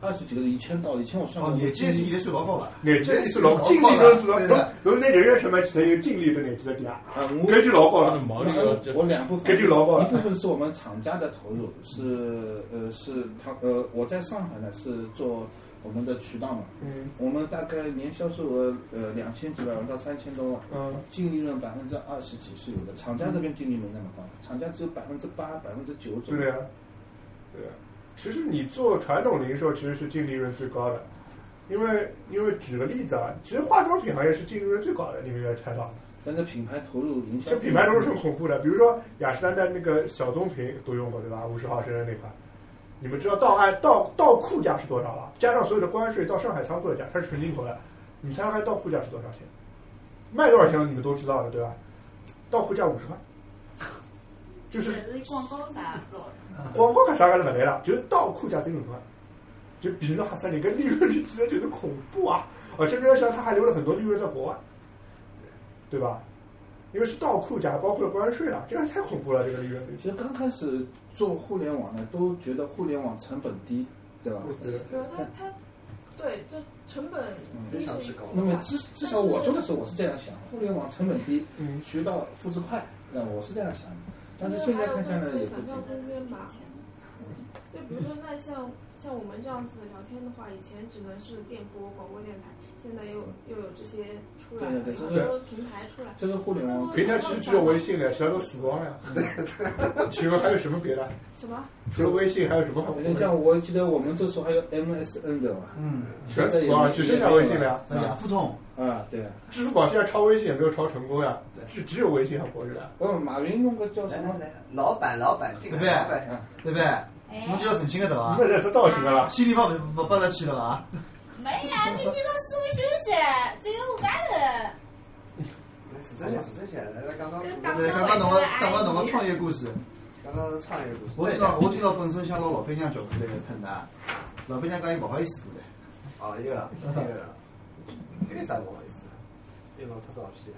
D: 二十几个点，以前到以前我算
H: 哦
D: 过，，
H: 你这你的水牢爆了，
E: 那这是老净利跟主要，不是那人员成本其实有净利的那几个点啊，
D: 啊，我
E: 搿就老高
I: 它的
E: 了。
I: 毛利额就
D: 我两部分，
E: 根据劳保
D: 一部分是我们厂家的投入，是呃是他呃我在上海呢是做我们的渠道嘛，
E: 嗯
D: 我们大概年销售额呃两千几百万到三千多万，
E: 嗯，
D: 净利润百分之二十几是有的，厂家这边净利没那么高，厂家只有百分之八百分之九左
E: 对
D: 右
E: 的，呀，对呀。其实你做传统零售其实是净利润最高的，因为因为举个例子啊，其实化妆品行业是净利润最高的，你们有没有猜到？
D: 但是品牌投入营销，
E: 这品牌都是很恐怖的，比如说雅诗兰黛那个小棕瓶都用过对吧？五十毫升的那款，你们知道到岸到到库价是多少吧？加上所有的关税到上海仓库的价，它是纯进口的，你猜猜到库价是多少钱？卖多少钱你们都知道的对吧？到库价五十块，就是
G: 但是广告啥老
E: 广告搿啥个是勿来了，就是到库价真有赚，就比侬哈三零个利润率真的就是恐怖啊！而且这个上他还留了很多利润在国外，对吧？因为是到库价，包括了关税了，这个太恐怖了，这个利润率。
D: 其实刚开始做互联网呢，都觉得互联网成本低，对吧？
G: 对吧？它它对，就成本
H: 嗯非常之高
D: 嗯那么至至少我做的时候我是这样想，互联网成本低，
E: 嗯
D: 渠道复制快，那我是这样想的。但是现在看下来也
G: 想
D: 不行
G: 象。空间吧。就比如说，那像像我们这样子聊天的话，以前只能是电波、广播电台，现在又又有这些出来了，
D: 对对
G: 很
D: 对
G: 多平台出来。
D: 这个互联网
E: 平台其实只有微信的，其他都死光了。请问还有什么别的？
G: 什么？
E: 除了微信还有什么好？
D: 你像我记得我们这时候还有 MSN 对吧？
H: 嗯，
E: 全死光了，只剩下微信了呀。
D: 哎
H: 那雅富通，
D: 啊，对啊。
E: 支付宝现在超微信也没有超成功呀，是只有微信还活着的。
D: 哦，马云弄个 叫什么？
K: 老板，老板，这个
H: 对
K: 老板，
H: 对不对？侬就要澄清个对伐
E: 你？们在做造型的啦？
H: 心里话勿勿拨得去对伐？
L: 没啊呀，没接到中午休息，只有下 班
K: 是真些是真些，来来刚刚
L: 刚
H: 对，刚刚侬个刚刚侬个啊创业故事，
K: 刚刚唱一个故
H: 我
K: 事
H: 听，到我听到本身想拿老板娘叫过来个称的，老板娘讲伊勿好意思过来。
K: 哦，一个了，一个了，那个啥不好意思，那个拍照片，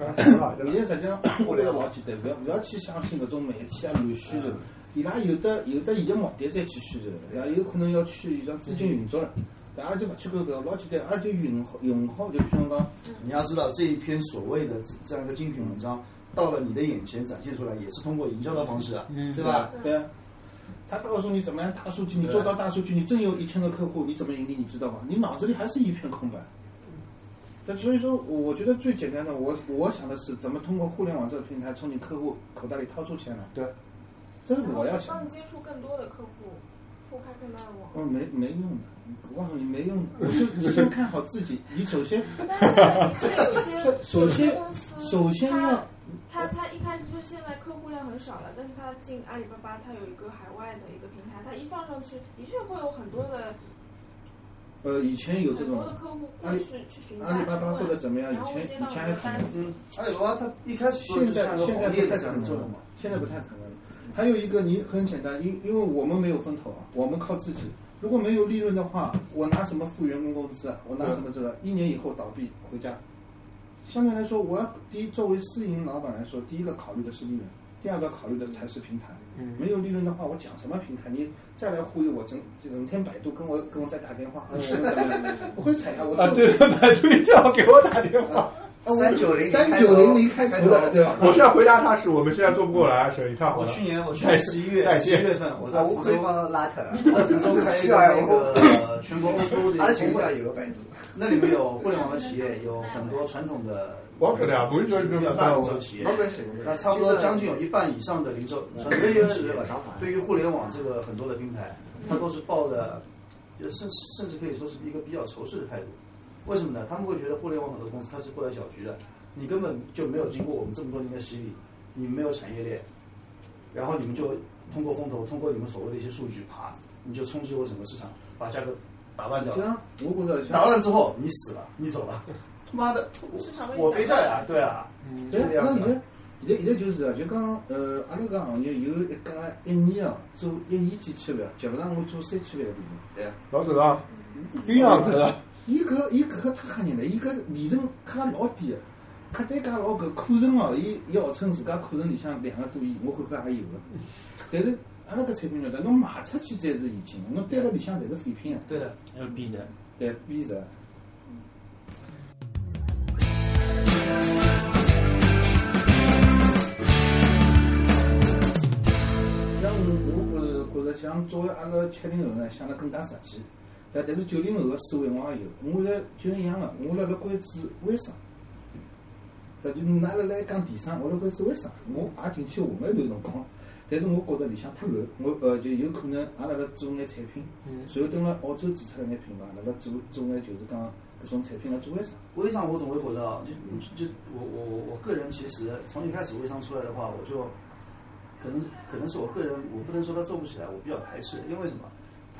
E: 啊对吧对吧
D: 现在实际上我来老简单，不要不要去相信搿种媒体啊乱虚的，伊拉有的有的伊个目的再去虚的，伊拉有可能要去伊拉资金运作了，但阿拉就勿去管搿老简单，阿拉就用好用好，就譬如讲，
H: 你要知道，这一篇所谓的这这样一个精品文章，到了你的眼前展现出来，也是通过营销的方式啊，
E: 嗯
H: 对吧？
D: 对啊，他告诉你怎么样大数据，你做到大数据，你真有一千个客户，你怎么盈利，你知道吗？你脑子里还是一片空白。那所以说，我我觉得最简单的，我我想的是怎么通过互联网这个平台从你客户口袋里掏出钱来，
E: 对，
D: 这是
G: 然后
D: 我要
G: 就
D: 想
G: 帮你
D: 的。
G: 接触更多的客户，铺开更大的网。
D: 哦，没没用的，我告诉你没用的，我就你先看好自己，你首先
G: 但是对有些
D: 首先
G: 有些公司
D: 首先要
G: 它他他一开始就现在客户量很少了，但是他进阿里巴巴，他有一个海外的一个平台，他一放上去，的确会有很多的
D: 呃，以前有这
G: 很
D: 种
G: 多的客户过去去询价
D: 阿里巴巴
G: 询问
D: 或者怎么样，
G: 然
D: 以
G: 后会
D: 前
G: 接到
D: 以前
G: 很多
D: 还可
G: 单
D: 能。
G: 子。
H: 嗯，阿里巴巴它一开始做
D: 现
H: 就
D: 在
H: 像个
D: 现在
H: 行
D: 不
H: 业
D: 太
H: 的
D: 可
H: 这
D: 能
H: 样做的
D: 了
H: 嘛。，
D: 现在不太可能了。还有一个你很简单，因因为我们没有风投啊，我们靠自己。如果没有利润的话，我拿什么付员工工资啊？我拿什么这个？一年以后倒闭回家。相对来说，我要第一作为私营老板来说，第一个考虑的是利润，第二个考虑的才是平台。
E: 嗯
D: 没有利润的话，我讲什么平台？你再来忽悠我，整整天百度跟我跟我再打电话，啊，我们怎么样？ 我会踩下我
E: 嗯啊， 对，百度一定要给我打电 话。
H: 呃
K: 390
D: 三九零零开头的，对吧？
E: 我现在回答他是我们现在做不过来，沈姨太好
H: 我
E: 了。啊
H: 去年我去年十一月
E: 再
H: 十
E: 见
H: 一
E: 啊
H: 月份，我在
K: 我
H: 福
K: 可以
H: 州，
K: 帮他拉扯，
H: 我在福州开一个那个全国 O2O
K: 阿拉
H: 的
K: 群
H: 一个
K: 里要
H: 峰会，
K: 有个百度，
H: 那里面有互联网的企业，有很多传统的
E: 我晓得啊，不是说
H: 比
E: 是
H: 较大的企业
K: 哦没。关系，没
H: 那
K: 关系
H: 差不多将近有一半以上的零
K: 嗯
H: 售传统
K: 这个
H: 企业
K: 这个打法，
H: 对于互联网这个很多的平台，它都是抱着，呃甚甚至可以说是一个比较仇视的态度。为什么呢？他们会觉得互联网很多公司它是过来搅局的，你根本就没有经过我们这么多年的洗礼，你们没有产业链，然后你们就通过风投，通过你们所谓的一些数据，啪，你就冲击我整个市场，把价格打烂掉
D: 这
H: 了。
D: 样，我觉得
H: 打烂之后，你死了，你走了，他妈的，
G: 市场
H: 我
G: 被
H: 我
G: 宰
H: 背债啊，对啊，
D: 对，那现在现在现在就是啊，就讲呃，阿拉搿行业有一家一年啊做一亿几千万，及勿上我做三千万的利润。
E: 老总啊，冰上头 啊，
D: 伊搿伊搿个太吓人了，伊搿利润卡老低个，卡单价老搿库存哦，伊伊号称自家库存里向两个多亿，我看看也有个。
H: 嗯
D: 但是阿拉搿产品晓得，侬卖出去才是现金，侬单辣里向侪是废品啊，
H: 对的。
I: 还有 B 的，
D: 对贬值。像我我觉着，像作为阿拉七零后呢，想得更加实际。但但是九零后的思维我也有，我在就一样的，我辣辣关注为啥？但就㑚辣来讲电商，我辣关注为啥？我也进去混了一段辰光，但是我觉着里向太乱，我呃就有可能也辣辣做眼产品，随后等了澳洲注册了眼品牌，辣辣做做眼就是讲搿种产品来做微商。
H: 微商我总会觉得啊，就就就我我我个人其实从一开始微商出来的话，我就可能可能是我个人，我不能说他做不起来，我比较排斥，因为什么？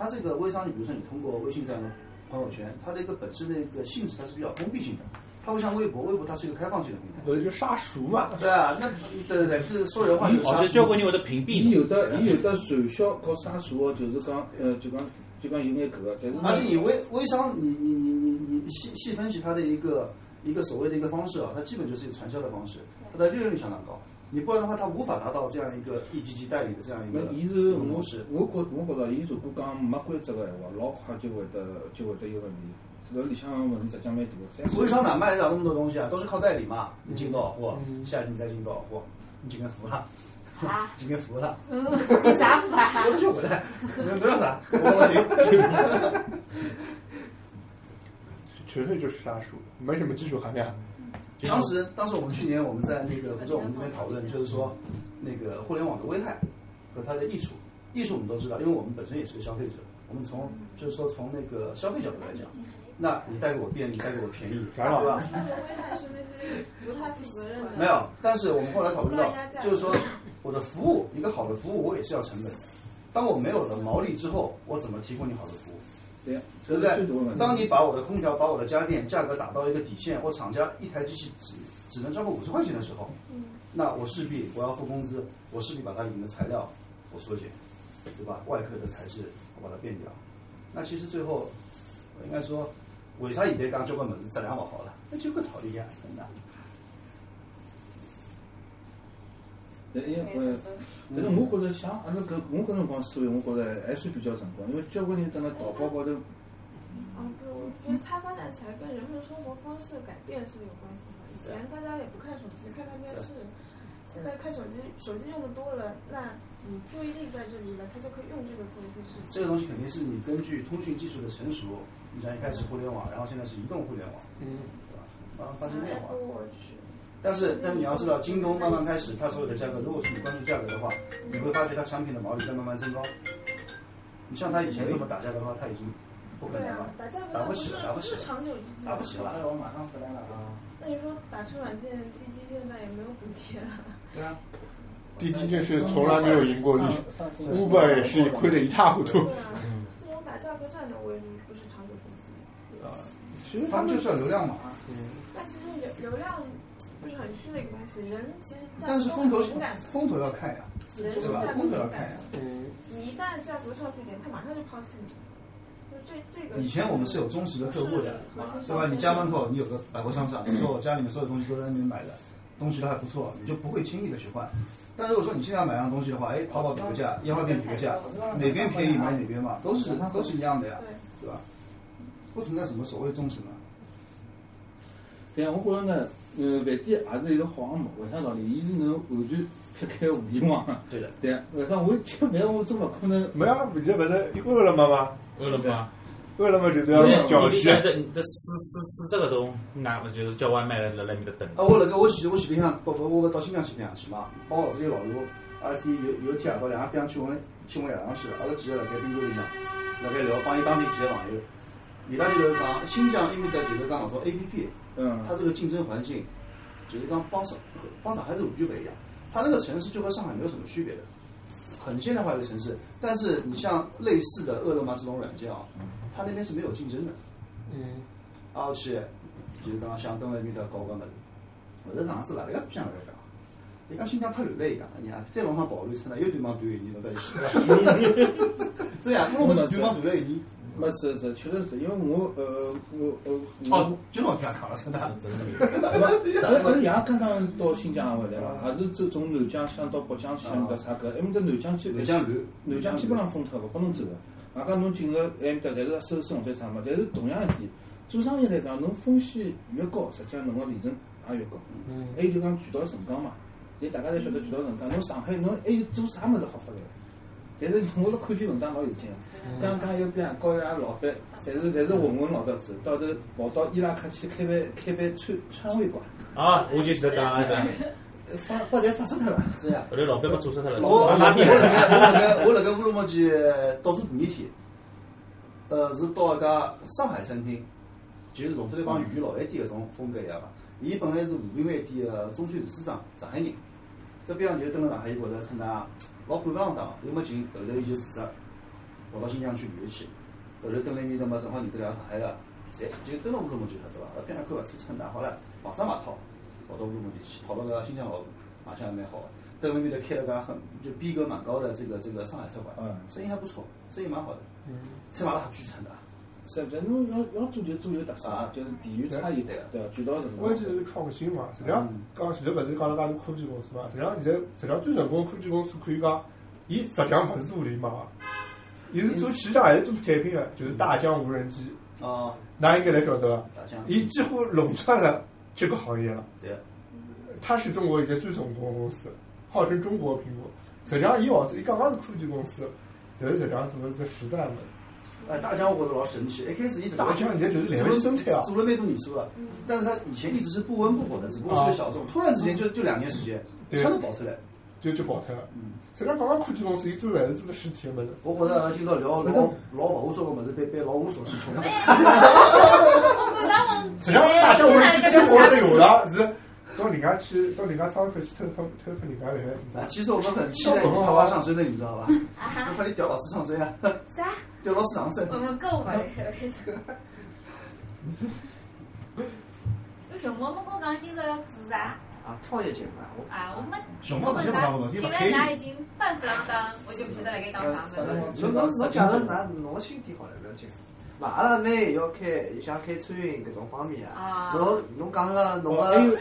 H: 他这个微商，你比如说你通过微信这样的朋友圈，它的一个本身的一个性质它是比较封闭性的，它不像微博，微博它是一个开放性的平台。
E: 不是就杀熟嘛？
H: 对啊，那对对对，就是说人话就是
I: 哦
H: 杀
I: 就
H: 熟。
I: 交关人会得屏蔽
D: 伊有的伊有的传销和啥数哦，就是讲呃，就讲就讲有眼搿个，但是呢
H: 而啊且你微微商，你你你你你细细分析它的一个一个所谓的一个方式啊，它基本就是一个传销的方式，它的利润率相当高。你不然的话，它无法达到这样一个一级级代理的这样一
D: 那
H: 个
D: 伊是我
H: 模
D: 是
H: 式。
D: 我觉我觉着，伊如果讲没规则个闲话，老快就会得就会得有问题。搿里向问题实际上蛮大个。三
H: 嗯微商哪卖得了那么多东西啊？都是靠代理嘛，你进多少货，下一季你再进多少货，你进个服了，进个服了，
L: 嗯，这啥不啊？
H: 我都就不带，你不要啥，我我行。
E: 纯粹就是杀熟，没什么技术含量。
H: 嗯当时，当时我们去年我们在那个福州，我们这边讨论，就是说那个互联网的危害和它的益处。益处我们都知道，因为我们本身也是个消费者，我们从就是说从那个消费角度来讲，那你带给我便利，带给我便宜，对
E: 然后
H: 吧？
G: 这个危害是那些不太负责任的。
H: 没有，但是我们后来讨论到，就是说我的服务，一个好的服务我也是要成本的。当我没有了毛利之后，我怎么提供你好的服务？
D: 对呀，
H: 对
D: 搿是
H: 不
D: 最大个问
H: 对？
D: 题。
H: 当你把我的空调、把我的家电价格打到一个底线，我厂家一台机器只只能超过五十块钱的时候，
D: 嗯
H: 那我势必我要付工资，我势必把它里面的材料我缩减，对吧？外壳的材质我把它变掉。那其实最后，我应该说，为啥现在讲交关物事质量勿好了？那就搿道理呀，真的。
D: 但因为，
G: 嗯
D: 但是我觉着像阿拉搿我搿辰光思维，我觉着还算比较成功，因为交关人等辣淘宝高头，
G: 啊，对，我觉得它发展起来跟人们生活方式改变是有关系的。以前大家也不看手机，看看电视，现在看手机，手机用的多了，那你注意力在这里了，他就可以用这个做一些事情。
H: 这个东西肯定是你根据通讯技术的成熟，你像一开始互联网，然后现在是移动互联网，
E: 嗯，
H: 对吧？慢慢发生变化
G: 哎。我去，
H: 但是，但是你要知道，京东慢慢开始，它所有的价格，如果是你关注价格的话，你会发觉它产品的毛利在慢慢增高。你像它以前这么打价格的话，它已经不可
G: 对
H: 能
G: 啊
H: 了，，
G: 打价格
H: 打
G: 战
H: 不
G: 不
H: 起
G: 是
H: 了，打不
G: 不
H: 起
G: 是
H: 了，
G: 长久之计。
H: 打不起了。
D: 我马上回来了啊！
G: 那你说打车软件滴滴现在也没有补贴了，
H: 对啊，
E: 滴滴这是从来没有赢过利，Uber 也是亏得一塌糊涂
G: 对。啊，
H: 嗯
G: 这种打价格战的我也不是长久之计。啊
E: 其实
H: 他们就是要流量嘛。
G: 但其实流流量就是很虚的一个东西，人其实价
H: 但
G: 格
H: 是
G: 都
H: 风头
G: 很敏感的，
H: 风头要看呀，
G: 人
H: 对
G: 是
H: 吧
G: 价？格
H: 风
G: 敏
H: 头要
G: 感
H: 看呀
G: 的。
E: 嗯，
G: 你一旦价格上去一点，他马上就抛弃你。就这这个。
H: 以前我们是有忠实的客户的，对吧？你家门口你有个百货商场，你说我家里面所有东西都在那边买的，东西都还不错，你就不会轻易的去换。但如果说你现在买样东西的话，哎，淘宝比个价，一号店比个价，哪边便宜买哪边嘛，都是都是一样的呀，
G: 对，
H: 对吧？不存在什么所谓忠诚啊。
D: 对呀，我觉着呢，呃，饭店也是一个好项目，为啥道理？伊是能完全撇开互联网。
H: 对的。
D: 对呀，为啥我吃饭我总不可能
E: 没啊，你这不是饿了么吗？
I: 饿了么？
E: 饿了么就是
I: 那
E: 要叫
I: 你里
E: 鸡。
I: 向这这四四四这个种，哪个就是叫外卖来辣辣面搭等？
H: 啊，我辣盖我去我去里向，包括我到新疆去里向去嘛，帮我老子有老啊大，阿拉天有有一天夜到两个啊边上去问去问夜上去，阿拉几个辣盖宾馆里向，辣盖聊，帮伊当地几个朋友，伊拉就是讲新疆伊面搭就是讲搿种 A P P，
D: 嗯
H: 它这个竞争环境，就是讲帮上帮上海是完全不一样，它那个城市就和上海没有什么区别的，很现代化的一个城市，但是你像类似的饿了么这种软件啊，它那边是没有竞争的。
E: 嗯，
H: 挨下去，就是讲想蹲辣埃面搭搞个物事。后头上次哪能个偏个讲？伊讲新疆太乱了，伊讲，哎呀，再弄上暴乱出来，又对方短一年，侬不要去。对呀，我们对方短了一年，
D: 没是是，确实是因为我呃我呃
H: 哦，就老讲讲了，真的。
I: 真的，
D: 我反正爷刚刚到新疆回来嘛，也是走从南疆想到北疆去，那个啥个，埃面搭南疆去，
H: 南疆乱，
D: 南疆基本上封脱了，不能走个。外加侬进了埃面搭，侪是收拾或者啥嘛，但是同样一点，做生意来讲，侬风险越高，实际上侬个利润也越高。
E: 嗯
D: 还有就讲渠道辰光嘛，现在大家侪晓得渠道辰光，侬上海侬还有做啥物事好发财？但是 我辣看篇文章老有劲，啊
E: 嗯
D: 刚刚有边啊高压老板，侪是侪是混混老头子，到头跑到伊拉克去开办开办川川味馆，
I: 啊，我就是讲啊，这
D: 呃发发财发死脱了。
H: 对呀。
I: 后头老板被做死脱了，
H: 我我
I: 老
H: 辣
I: 拉
H: 盖
I: 面
H: 我辣盖我辣盖乌鲁木齐倒数第二天，呃，是到一家上海餐厅其实弄得来帮俞老一点搿种风格一样伐。伊本来是湖滨卫店个中山理事长，上海人。这边上就是蹲辣上海，伊觉着称㑚老敢当当，又没劲，后头伊就辞职，跑到新疆去旅游去。后头蹲辣伊面头嘛，正好认得两个上海个，侪就蹲辣乌鲁木齐了，对伐？边上看勿起称㑚好了，房子也买套，跑到乌鲁木齐去，讨了个新疆老婆，卖相也蛮好个。蹲辣面头开了家很就逼格蛮高的这个这个上海菜馆，
E: 嗯
H: 生意还不错，生意蛮好的。
G: 嗯
H: 菜买了还巨称的。啊
D: 实际侬要要做就做有特色，啊就是地域差异对对，渠道是
E: 关键是创新嘛。实际上，
H: 嗯
E: 刚前头勿是讲了介多科技公司嘛？实际上现在，实际上最成功的科技公司可以讲，伊实际上勿是做互联网啊，伊是做其他还是做产品
H: 嗯
E: 的，就是大疆无人机。
H: 啊，
E: 那应该来晓得吧
H: 大疆？
E: 伊几乎垄断了这个行业了。
H: 对，
E: 它是中国现在最成功的公司，号称中国苹果。实际上，伊老子伊刚刚是科技公司，但是实际上做的是时代嘛。
H: 哎，大疆我觉得老神奇，一开始一直
E: 大疆以前就是联合生态啊
H: 做了蛮多年数了，但是他以前一直是不温不火的，只不过是个小众，
E: 啊
H: 突然之间就就两年时间，全都爆出来。
E: 就就爆出来。嗯，实际上刚刚科技公司伊做还是做的实体的物事。
H: 我觉着今朝聊老老勿下作个物事，被被老无所适从。
E: 实际上，大疆我是最火的有了，是到人家去到人家仓库去偷偷偷偷人家的
H: 啊，其实我们很期待你啪啪上升的，你知道吧？
L: 啊
H: 我怕你屌老师上身啊！
L: 啥？
H: 屌老师上身。
L: 我们够玩这 个。为什么没跟我讲今朝要做啥？
K: 啊，套一句嘛，我
L: 啊，我们
H: 熊猫首先不讲问题
L: 进来㑚已经半不啷当，我就不晓得辣盖讲
H: 呃
L: 啥
K: 侬
L: 么了。
K: 侬侬讲的哪侬心点好了，不要紧。嘛，阿拉妹也要开，想开餐饮搿种方面
L: 啊
K: 侬侬讲个侬
D: 哦还有
K: 个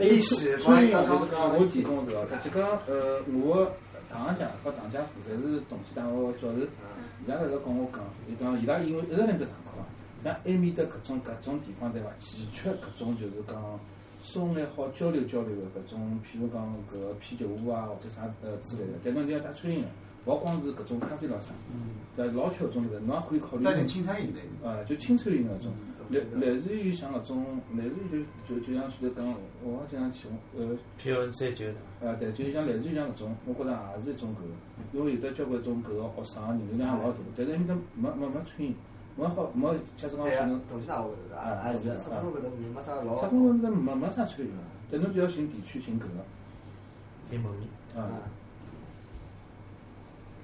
K: 历史，
D: 所以
K: 讲
D: 讲
K: 讲讲
D: 我提供对伐？就讲呃，我堂姐和堂姐夫侪是同济大学个教授，
K: 嗯
D: 伊拉辣辣跟我讲，伊讲伊拉因为一直辣盖上课嘛，伊拉埃面搭搿种搿种地方对伐？欠缺搿种就是讲松来好交流交流个搿种，譬如讲搿啤酒屋啊或者啥呃之类的，但侬就要带餐饮个，勿光是搿种咖啡咾啥，
G: 嗯
J: 嗯
D: 对伐老缺搿种物事，侬也可以考虑。
H: 带点青餐饮类。
D: 啊，就清餐饮那种，
K: 嗯
D: 类类似于像那种，类似于就就就像前头讲，我好像去呃，
I: P N 三九
D: 啊对，就像类似于像搿种，我觉着也是一种搿个，因为有的交关种搿个学生人流量也老大，但是伊都没没没餐饮，没好没假使讲
K: 对
D: 可
K: 啊
D: 能，，
K: 同济大学搿个，啊也是，只不过搿种没啥老
D: 啥工作那没没啥餐饮啊，但侬就要寻地区寻搿个，
I: 联盟里。
D: 啊，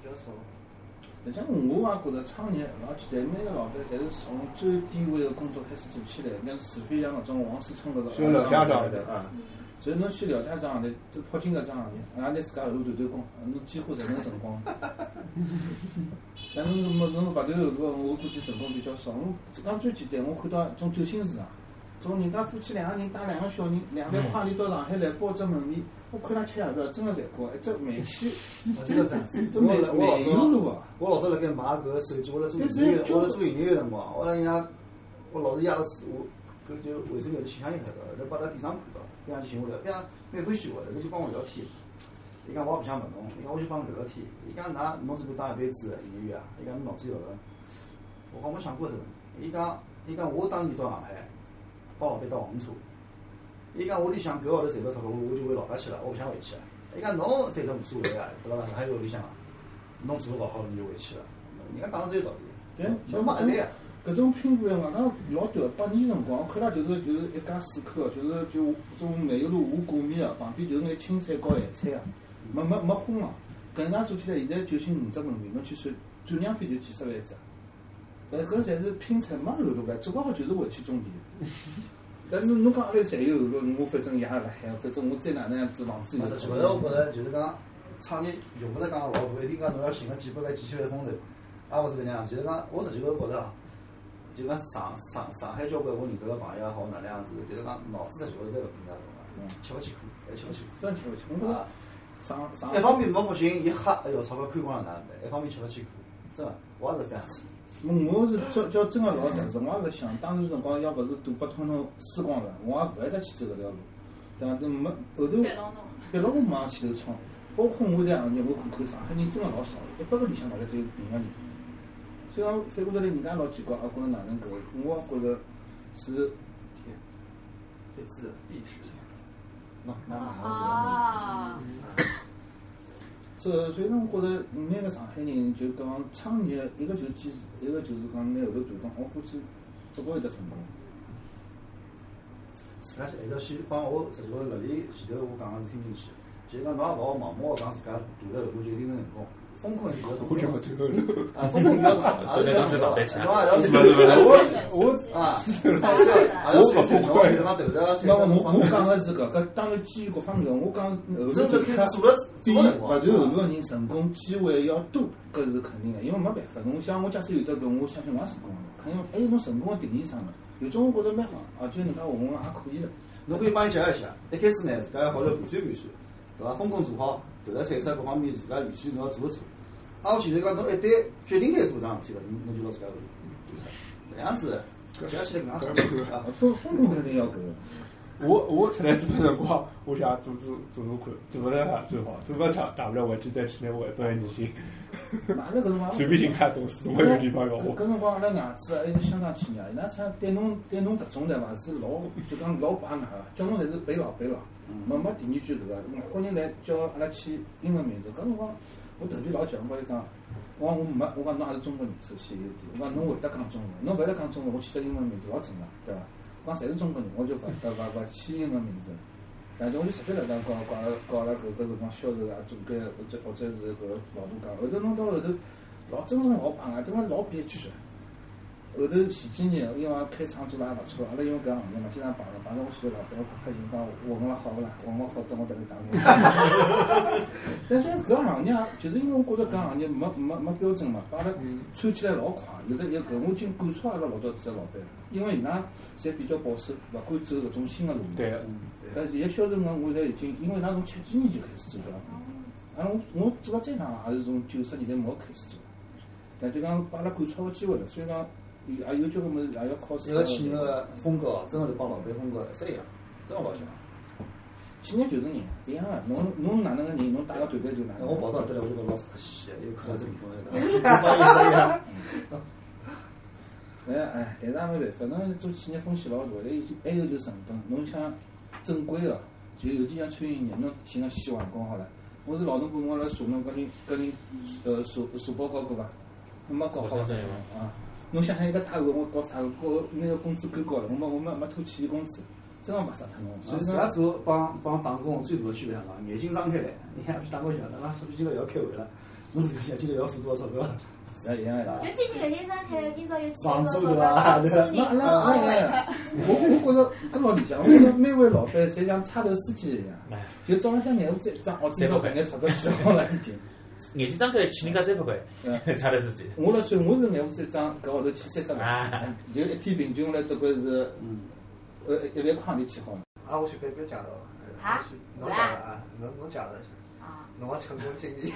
K: 比较少。
D: 实际上我也觉着创业老简单，每个老板侪是从最低微的工作开始做起来，那除非像搿种王思聪搿种，
E: 就老家长
D: 对啊。所以侬去了解这行业，就跑进搿只行业，也拿自家后头团队工，侬几乎侪能成功。但侬没侬勿断后头，我估计成功比较少。我讲最简单，我看到从九星市场，从人家夫妻两个人带两个小人，两万块钿到上海来包只门面，我看他吃两顿，真个赚过，一只煤气，
H: 我记得真
D: 都
H: 我
D: 煤
H: 老我
D: 煤油路啊。
H: 我老早辣盖买搿个手机，我辣做营业，我辣做营业个辰光，我让人家，我老是压了我搿就卫生间头信箱里向个，后头把他地上看到，边上寻我了，边上蛮欢喜我的，伊就帮我聊天。伊讲我也不想问侬，伊讲我就帮侬聊聊天。伊讲㑚侬准备当一辈子演员啊？伊讲侬脑子有问。我讲没想过这个。伊讲伊讲我当年到上海，帮老板搭黄车。伊讲我里向搿个号头赚到钞票，我我就回老家去了，我勿想回去了。伊讲侬反正无所谓啊，对伐？上海有里向啊，侬做得勿好，侬就回去了。人家讲的是有道理
D: 对
H: 的，，侬没压力啊。
D: 搿种拼搏外加老短，八年辰光，我看拉就是就是一家四口，就是就种煤油路无谷面啊，旁边就是眼青菜和咸菜
H: 嗯
D: 啊，没没没荤啊。搿能介做起来，现在九星五只门面，侬去算转让费就几十万一只。但搿侪是拼出来没后路个，做勿好就是回去种 地。但是侬讲阿拉侪有后路，我反正也辣海，反正我再哪能样子房子
H: 勿
D: 有。
H: 是，其实我觉着就是讲，创业用勿着讲老大，一定讲侬要寻个几百万、几千万风投，也勿是搿能样。就是讲，我实际个觉着啊，就讲上上上海交关我认得个朋友也好，哪能样子，就是讲脑子实际个侪勿比人家大
D: 嗯
H: 个，吃勿起苦，还吃勿起
D: 真吃勿起，我觉
H: 苦
D: 着
H: 啊。
D: 上上
H: 一方面没不行，伊黑，哎哟，钞票亏光了哪能办？一方面吃勿起苦，真个，我也是这样子。
D: 我我是叫叫真个老特殊，我也勿想当时辰光要勿是赌博通通输光了，我也勿会得去走搿条路。对伐？都没后头，
G: 别老弄。
D: 一路我往前头冲，包括我在行业，我看看上海人真个老少，一百个里向大概只有五个人。所以讲反过头来，人家老奇怪，也觉着哪能搿个？我也觉着是，
K: 一字一时，
D: 喏，那哪
L: 啊，
D: 所以所以讲，我觉着每个上海人就讲创业，一个就是坚持，一个就是讲拿后头团队，我估计总归会得成功。
H: 自家还是要先帮我实际高头辣里前头我讲个事听进去，就是讲侬也勿好盲目地讲自家短了后头就一定能成功。风控就是
E: 我就没
H: 对
E: 头了。
H: 啊，风控就是啊，
E: 对
H: 对
E: 侬去上班去啊
H: 我我啊，
D: 我
H: 勿
D: 疯
H: 狂，
D: 那我我讲个是搿个，当然基于各方面，我讲后
H: 真正
D: 头
H: 开始做了
D: 比
H: 做了
D: 勿断后头人成功机会要多，搿是肯定的，因为没办法。侬想，我假使有得搿，我相信我也成功了。肯定，还有侬成功的定义是啥呢？有种我觉着蛮好，而且人家混混也可以了。
H: 侬可以帮伊解释一下。一开始呢，自啊家要好好盘算盘算，对伐？风控做好，投入产出各方面，自家预算侬要做一做。啊，我前头讲侬一旦决定该做桩事体了，侬侬就拿自家搿样子，搿样起来搿样好。
D: 风风控肯定要搿个。
E: 我我出来做辰光，我想做做做做看，做不了啥最好，做不成大不了回去再去拿我一百年薪。
D: 嘛阿拉搿辰光
E: 随便寻家公司，我有地方要
D: 搿
E: 我。
D: 搿辰光阿拉外子还啊哎有香港企业，伊拉像对侬对侬搿种对伐是老就讲老排外个，叫侬侪是陪老陪老，没没第二句搿个。外国人来叫阿拉起英文名字，搿辰光我头里老急，我跟伊讲，我讲我没，我讲侬也是中国人，首先有点，我讲侬会得讲中文，侬勿会得讲中文，我起只英文名字老正常，对伐？我讲侪是中国人，我就勿勿勿勿起英文名字。但是我就直接来讲讲讲了讲了搿搿辰光销售啊，总归或者或者是搿老大讲，后头侬到后头老真正老棒啊，真个老憋屈啊。后头前几年因为开厂做了也勿错，阿拉因为搿行业嘛，经常碰了，碰到我前头老板，我拍拍人讲混了好勿啦？混了好，等我得来打工。但是搿行业啊就是因为我觉着搿行业没没没标准嘛，把阿拉
H: 嗯
D: 窜起来老快，有的有搿我已经感触阿拉老早子个老板了，因为伊拉侪比较保守，勿敢走搿种新个路。
H: 啊
E: 对
D: 但现在销售呢，我现在已经，因为伊拉从七几年就开始做了，啊，我我做到再长也是从九十年代末开始做，但就讲把阿拉赶超个机会了，所以讲也有交关物事也要靠自
H: 一个企业个风格哦，真个是帮老板风格是一样，真个勿像。
D: 企业就是人一样个，侬侬哪能个人，侬带个团队就哪能。
H: 我跑到这来，我就觉老师太细，又看到这面孔了， 不好意思呀。
D: 哎哎，但是也没办法，侬做企业风险老大，还有就还哎有就是成本。侬想正规个，就尤其像餐饮业，侬寻个洗碗工好了。我是劳动部门来查侬，搿人搿人呃社社保交过伐？没交
I: 我
D: 好
I: 真真有
D: 啊！侬想想一个大户，我交啥交拿个工资够高了，我没我没没拖欠工资，真个勿杀脱侬。所
H: 所以
D: 以
H: 自
D: 说
H: 家做帮帮打工最大的区别是啥？眼睛张开来，你还不去打工去了？那说不定今朝要开会了，侬自家想今朝要付多少钞票？
D: 是一样
L: 就最近搿今张开了，今朝有几
H: 房
L: 个
H: 租
L: 说
H: 对吧？对吧？嗯
D: 那
L: 嗯
D: 那哎，我我觉着搿老理想，我觉着每位老板侪像差头司机一样，啊
I: 哎
D: 就早浪向眼睛一张，哦，今朝搿眼钞票起好了已经。
I: 眼睛张开去，人家三百块，差了自己。
D: 嗯我辣算，我是眼睛一张，搿号头去三十
I: 啊
D: 万，就一天平均下来只管是，呃，一万块钿起好了。
K: 啊，我去别别介绍了，
L: 啊
K: 侬介绍啊，侬侬介绍一
H: 嗯
K: 下，
L: 啊，
K: 侬个成功经 历，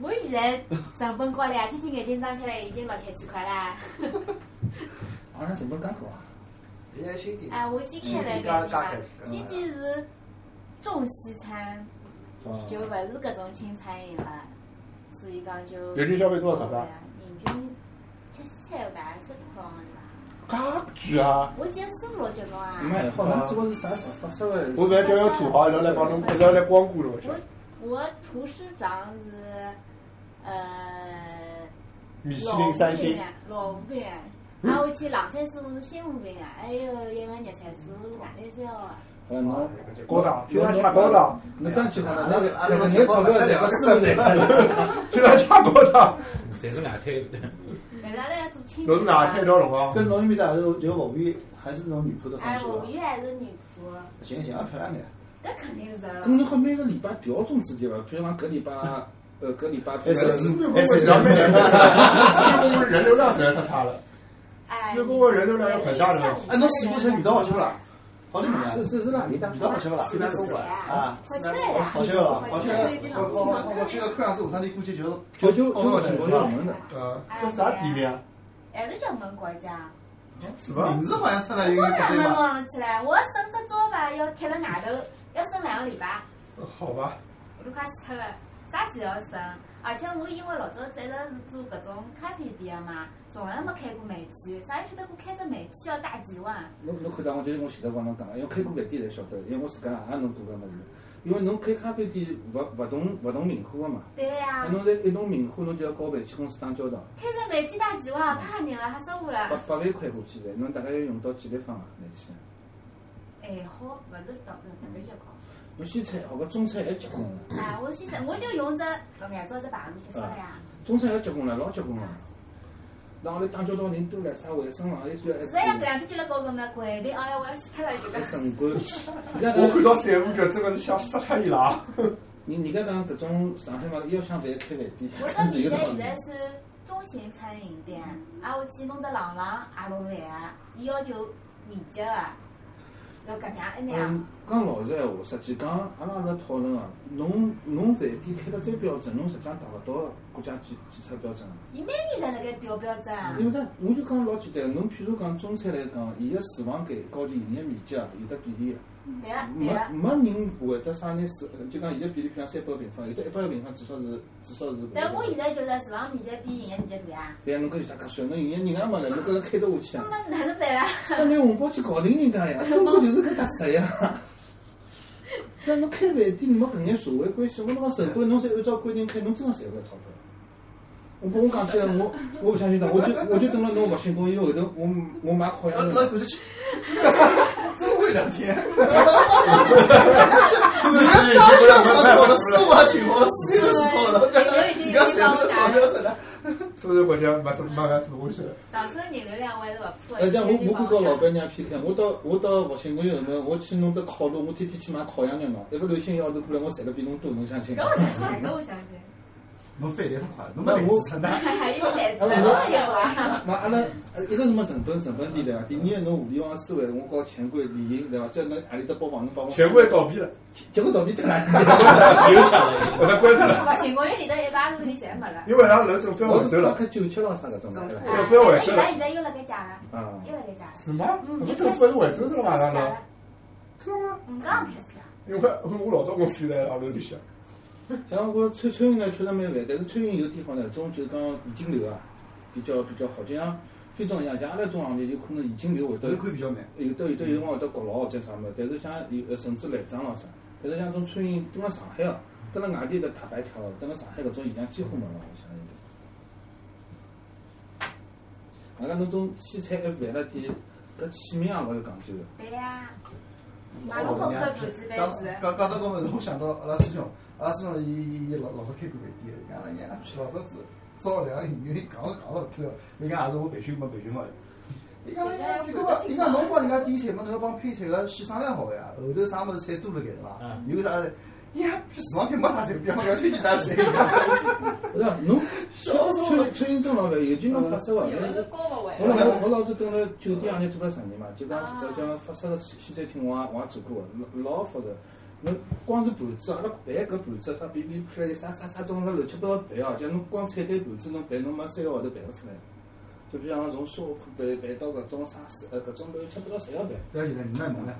L: 我现在成本高了呀，啊天天眼睛张开来已经六千几块啦。
D: 阿拉成本介高啊？
K: 现在新店
L: 哎，我新开了一个地
H: 嗯
L: 方，新店是中西餐，
E: 哦
L: 就勿是搿种清餐饮了，所以讲就
E: 人均消费多少钞票？
L: 人均吃西餐有搿三百块往里伐？
E: 巨啊！
L: 我记得四五六九毛啊。
D: 没好，侬做的是啥啥发烧个？
E: 我本来叫个土豪一道来帮侬，一道来光顾侬一下
L: 我。我厨师长是呃，
E: 米其林三星
L: 老五品啊，老五品啊，挨下去冷菜师傅是新五品啊，还有一个热菜师傅是外滩三号啊。
D: 呃，侬
E: 高档就要吃高档
D: 侬当起好
H: 啊
D: 了，那
K: 阿拉
D: 那眼钞票侪勿
K: 四
D: 是
E: 就来吃高档。
I: 侪是外滩。
L: 但是阿拉要做清
E: 侬是哪天到辰光？
H: 跟侬那边的还是就服务员，还是那种女仆的方
L: 哎，
H: 式
L: 服
H: 吧
L: 务？员还是女仆，
H: 行行，也漂亮点。
L: 搿肯定是
D: 咾侬
L: 了。
D: 好每个礼拜调整自己伐？譬如讲搿礼拜，呃，搿礼拜譬如讲
E: 是哎，是人没人了，因为人流量实在太差了。
L: 哎，
E: 这不过人流量有很大的问题
H: 哎，侬水果城女的好吃不啦？好吃没
D: 是
H: 啊？
D: 是是哪里的？
H: 女的好吃不啦？啊，
L: 好吃来了，
H: 好吃不啦？好吃！我我我我去个看上子，我看你估计就
D: 就就就全国热门的。
E: 嗯，这啥地面？
L: 还是叫门国家。
H: 什么名字好像出来一
L: 我
H: 个
L: 哪
H: 谁
L: 能
H: 嘛？
L: 忘起来？我整只招牌要贴了外头，要整两个礼拜。
E: 好吧，
L: 我都快死脱了，啥体要省？而且我因为老早子一直是做搿种咖啡店个嘛，从来没开过煤气，啥晓得我开只煤气要大几万？
D: 侬侬看到我就是我前头帮侬讲，因为开过搿店才晓得，因为我自家也弄过搿物事。因为侬开咖啡店勿勿同勿同名货个嘛，
L: 对呀、
D: 哎侬在一弄名货，侬就要交煤气公司打交道，
L: 开只煤气大几万，吓人了，吓死我
D: 八
L: 了！
D: 啊八万块下去噻，侬大概要用到几立方啊煤气？
L: 哎，爱好勿是特别特别结棍。
D: 侬西餐学个中餐也结棍了，
L: 啊，我现在我就用只老眼罩只排骨结束了呀。
D: 中餐也结棍了，老结棍了。那我里打交道人多了，哎啥卫生行业居然
L: 实在要搿两天就辣搞搿么怪的，哎呀，我要死脱了就
D: 还
L: 搿。
D: 城管。
E: 我看到散步脚真的是想杀他伊拉。
D: 人人家讲搿种上海嘛，要想饭开饭店，
L: 我到
D: 是有
L: 现在
D: 道
L: 现
D: 理。
L: 在是中型餐饮店，啊，我去弄只朗朗阿罗饭啊，伊要求面积啊，要搿样哎一那
D: 嗯
L: 样。，
D: 讲老实闲话，实际讲，阿拉阿拉讨论啊，侬侬饭店开得再标准，侬实际上达勿到国家检检测标准的。
L: 伊每年侪辣盖调标准啊。
D: 因为咱我就讲老简单，侬譬如讲中餐来讲，伊个厨房间高头伊个面积啊，有得比例的。
L: 对啊，
D: 没
L: 对啊。
D: 没人会得啥呢？是就讲现在比例，譬如讲三百个平方，有得一百个平方，至少是至少是。
L: 但我现在觉得厨房面积比人家面积大啊。
D: 对啊，侬搿有啥介算？侬人家人家没了，侬搿个开得下去
L: 那
D: 啊？
L: 么哪能办 啊？
D: 他拿红包去搞定人家呀，中国就是搿搭色 呀。只要侬开饭店没搿眼社会关系，我侬讲城管侬侪按照规定开，侬真个赚勿着钞票。我跟我讲起来，我我勿相信的，我就我就等了侬复兴公园后头，我我买烤羊肉。
H: 那
D: 搿是
H: 真会聊天。
D: 这
H: 你看早就早就我的丝袜裙，我的丝的丝袜了，你看谁的钞票
D: 啊
H: 在那？
E: 所以我觉得蛮蛮蛮东西。
L: 上次人流量我还是勿破。
D: 而哎且我我敢告老板娘批评，我到我到复兴公园后头，我去弄只烤炉，我天天去买烤羊肉嘛，一个六星一号头过来，我赚了比侬多，侬相信
L: 搿
D: 伐？
L: 我相信，搿我相 信。
H: 侬费力太快了，侬
D: 没
H: 没
D: 领
H: 领
D: 子
H: 承
L: 哈
H: 担。
L: 哈，有台子，
D: 啊
L: 我也有啊。
D: 那阿拉呃一个是没成本，成本低对伐？第二个侬互联网思维，我搞钱柜联营对伐？再侬何里只包房侬帮我
E: 全国也倒闭了，
D: 结果倒闭脱了。
I: 有抢了，
E: 把它关掉了，
L: 勿行，公园里头一排路里侪没了。
E: 因为俺们人政府要
D: 我
E: 回
D: 是
E: 收了。
D: 开九七了啥搿种
L: 啊
D: 的。
E: 这个分为
L: 但是
E: 是
L: 伊
E: 吧
L: 拉现在又辣盖加了，
D: 啊，
L: 又辣盖加了。
E: 什么？
H: 嗯
E: 我们政府要回收了嘛？难
L: 加
E: 道
L: 了？，
E: 这个吗？
L: 嗯，刚刚开始加。
E: 因为我老早公司在二楼里向，
D: 像我餐餐饮呢确实蛮烦，但是餐饮有地方呢，种就讲现金流啊比较比较好，就像非洲一样，像阿拉种行业有可能现金流会得
H: 头看比较慢，
D: 有的有的有辰光会得焗牢或者啥物事，但是像有呃甚至来账咾啥，但是像种餐饮蹲辣上海哦，蹲辣外地的大白条，蹲辣上海搿种现象几乎没了，我相信。阿拉侬啊种西餐哎还饭了点，搿起名也勿是讲究的。
L: 对呀，马路口搿狗子班
H: 刚
L: 子，
H: 刚刚到搿物事，我想到阿拉师兄，阿拉师兄伊伊伊老老早开过饭店，阿拉伢去老早子招两个演员，讲讲了头，人家也是我培训没培训好的。伊讲人家，搿个，伊讲侬帮人家点菜嘛，侬要帮配菜个先商量好呀。后头啥物事菜多了该是伐？
E: 嗯
H: 有啥？伊讲市场间没啥菜，别方讲推荐啥 菜。
D: 勿是啊侬餐餐饮真老烦，尤其侬发烧啊，
G: 有一个
D: 侬
G: 高勿
D: 我
G: 回来。
D: 老我老早蹲辣酒店行业做了十年嘛，就讲就讲发烧个西餐厅我也我也做过个，老老复杂。侬光是盘子，阿拉办搿盘子啥比比出来啥啥啥东西乱七八糟办哦，就侬光菜单盘子侬办，侬没三个号头办勿出来。就比方从烧烤办办到搿种啥呃搿种乱七八糟侪要办。
H: 不要紧的，你慢慢来。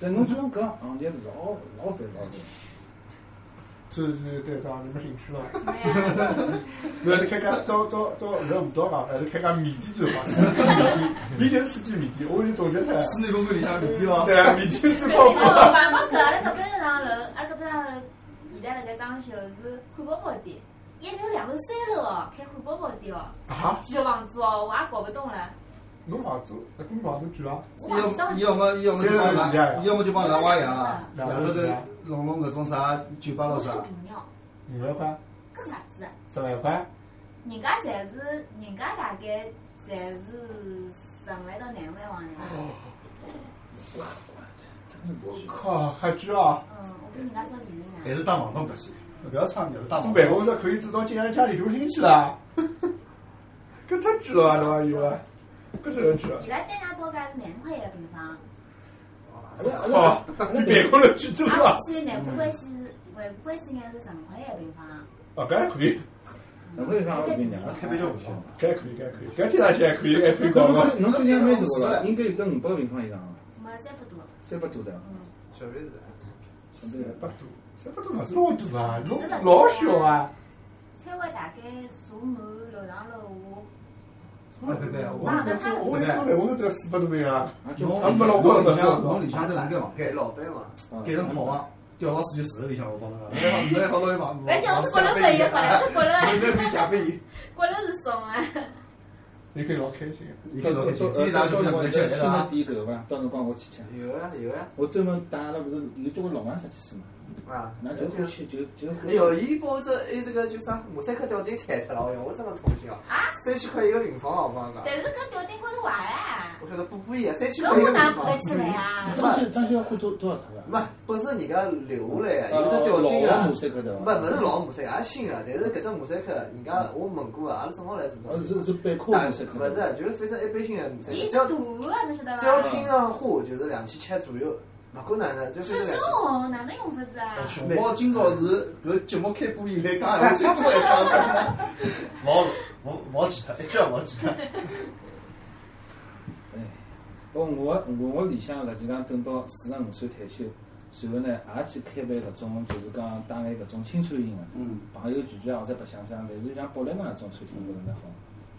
D: 但侬讲搿行业老老烦老烦。
E: 这是对上你们兴趣了。
H: 哎
L: 对呀，
E: 不要开家招招招，不要舞蹈嘛，还是开家米店最好。米店是几米店？我已经总结出来了。
H: 室内公馆里向面店哦。
E: 对啊，米店最靠谱。
L: 我爸爸搿阿拉搿边上楼，阿拉搿边上楼现在辣盖装修是汉堡包店，一楼、两楼、三楼哦，开汉堡包店哦，
E: 啊？
L: 几个房子哦，我也搞勿懂了。
E: 侬房租，侬房租贵伐？
H: 伊要伊要么呃伊要么就帮人，伊要么就帮人家挖洋啊，然后头弄弄搿种啥酒吧
L: 我
H: 咯
L: 说
H: 啥。
L: 平哦，
E: 五万块，
L: 搿啥子啊？
E: 十万块，
L: 人家侪是，人家大概侪是十万到廿万往里
E: 哦
L: 向。
E: 靠，还贵啊！
L: 嗯，我跟人家说年龄
H: 还
L: 啊，
H: 是当房东合算，不要创业了，当
E: 住
H: 房
E: 办
H: 东。
E: 公室可以住到竟然家里中心去了，搿太值了啊，老板有啊，搿是很值了。
L: 伊拉单价报价是廿块一个平方，
E: 好，啊你办公楼去住
L: 阿
E: 啊
L: 拉，去内部关系是外部关系应该是十五块一个平方。
E: 啊，搿还可以，
D: 哪会有啥我跟你讲？
H: 开玩笑不行，
E: 搿还可以，搿还可以，搿听上去还可以，还可以搞搞。
D: 侬侬最近蛮大个了，应该有得五百平方以上，
L: 没三百多，
D: 三百多的。
L: 嗯，
K: 小妹子，
D: 相对
E: 三百多，三百多勿是老大啊，
L: 老
E: 老老小啊。
L: 餐会大概坐满楼上楼
H: 不不不，
E: 我
H: 我
E: 啊我一做办公室得四百多平啊，
D: 啊，就
H: 侬
D: 啊
H: 侬侬里向侬里向只能盖房
K: 给
H: 间，
K: 老板嘛，
H: 盖成跑啊，哎吊老师就死了里向，我帮侬讲， 还好老有
L: 哎
H: 房子
L: 而且我是觉得可以，后来是觉得
H: 那边加倍，
L: 觉得是松啊。
E: 你可以老开心。
D: 你到到到到辰光吃那点搿伐？到辰光我去吃。
K: 有啊有啊。
D: 我专门带阿拉勿是有交关老外出去吃嘛？
K: 啊，
D: 那就过去就就。
K: 哎哟，伊把我这哎这个叫啥马赛克吊顶踩脱了，哎哟，我真的痛心哦！
L: 啊，
K: 三千块一个平方，好
E: 啊
K: 吗？
L: 但是搿吊顶高头坏哎，
K: 我晓得补补伊啊，三千
L: 搿
K: 块一
L: 我
K: 个
L: 哪
K: 平
L: 补得
K: 方。
L: 起来啊？
D: 张学张学要花多多少
K: 唔
D: 钞
K: 是，本身人家留下来
D: 啊
K: 啊，有只吊顶
D: 老
K: 啊，
D: 马
K: 不
D: 赛克的啊
K: 不是老马赛克，也新啊。但是搿只马赛克，人家我问过啊，阿拉正好来做
D: 啊是是半扣马赛克
K: 不是，啊就是反正一般性的马赛克，
L: 伊
K: 只
L: 大
K: 要
L: 啊，侬晓得
K: 只要
D: 啊
L: 伐？
K: 拼
E: 啊
K: 上货就是两千七左右，勿过哪能就反
L: 是
K: 正两
L: 小
K: 千。
L: 红哪能用法子
E: 哎
L: 啊？
H: 熊猫今朝是搿节目开播以来，刚还最多一趟 的，毛毛毛几趟，一句也毛几趟。
D: 哎，我我我理想辣就讲等到四十五岁退休，随后呢也去开办搿种就是讲带眼搿种青餐厅啊，
K: 嗯，
D: 朋友聚聚啊或者白相相，类似像宝来嘛搿种餐厅，我觉着蛮好，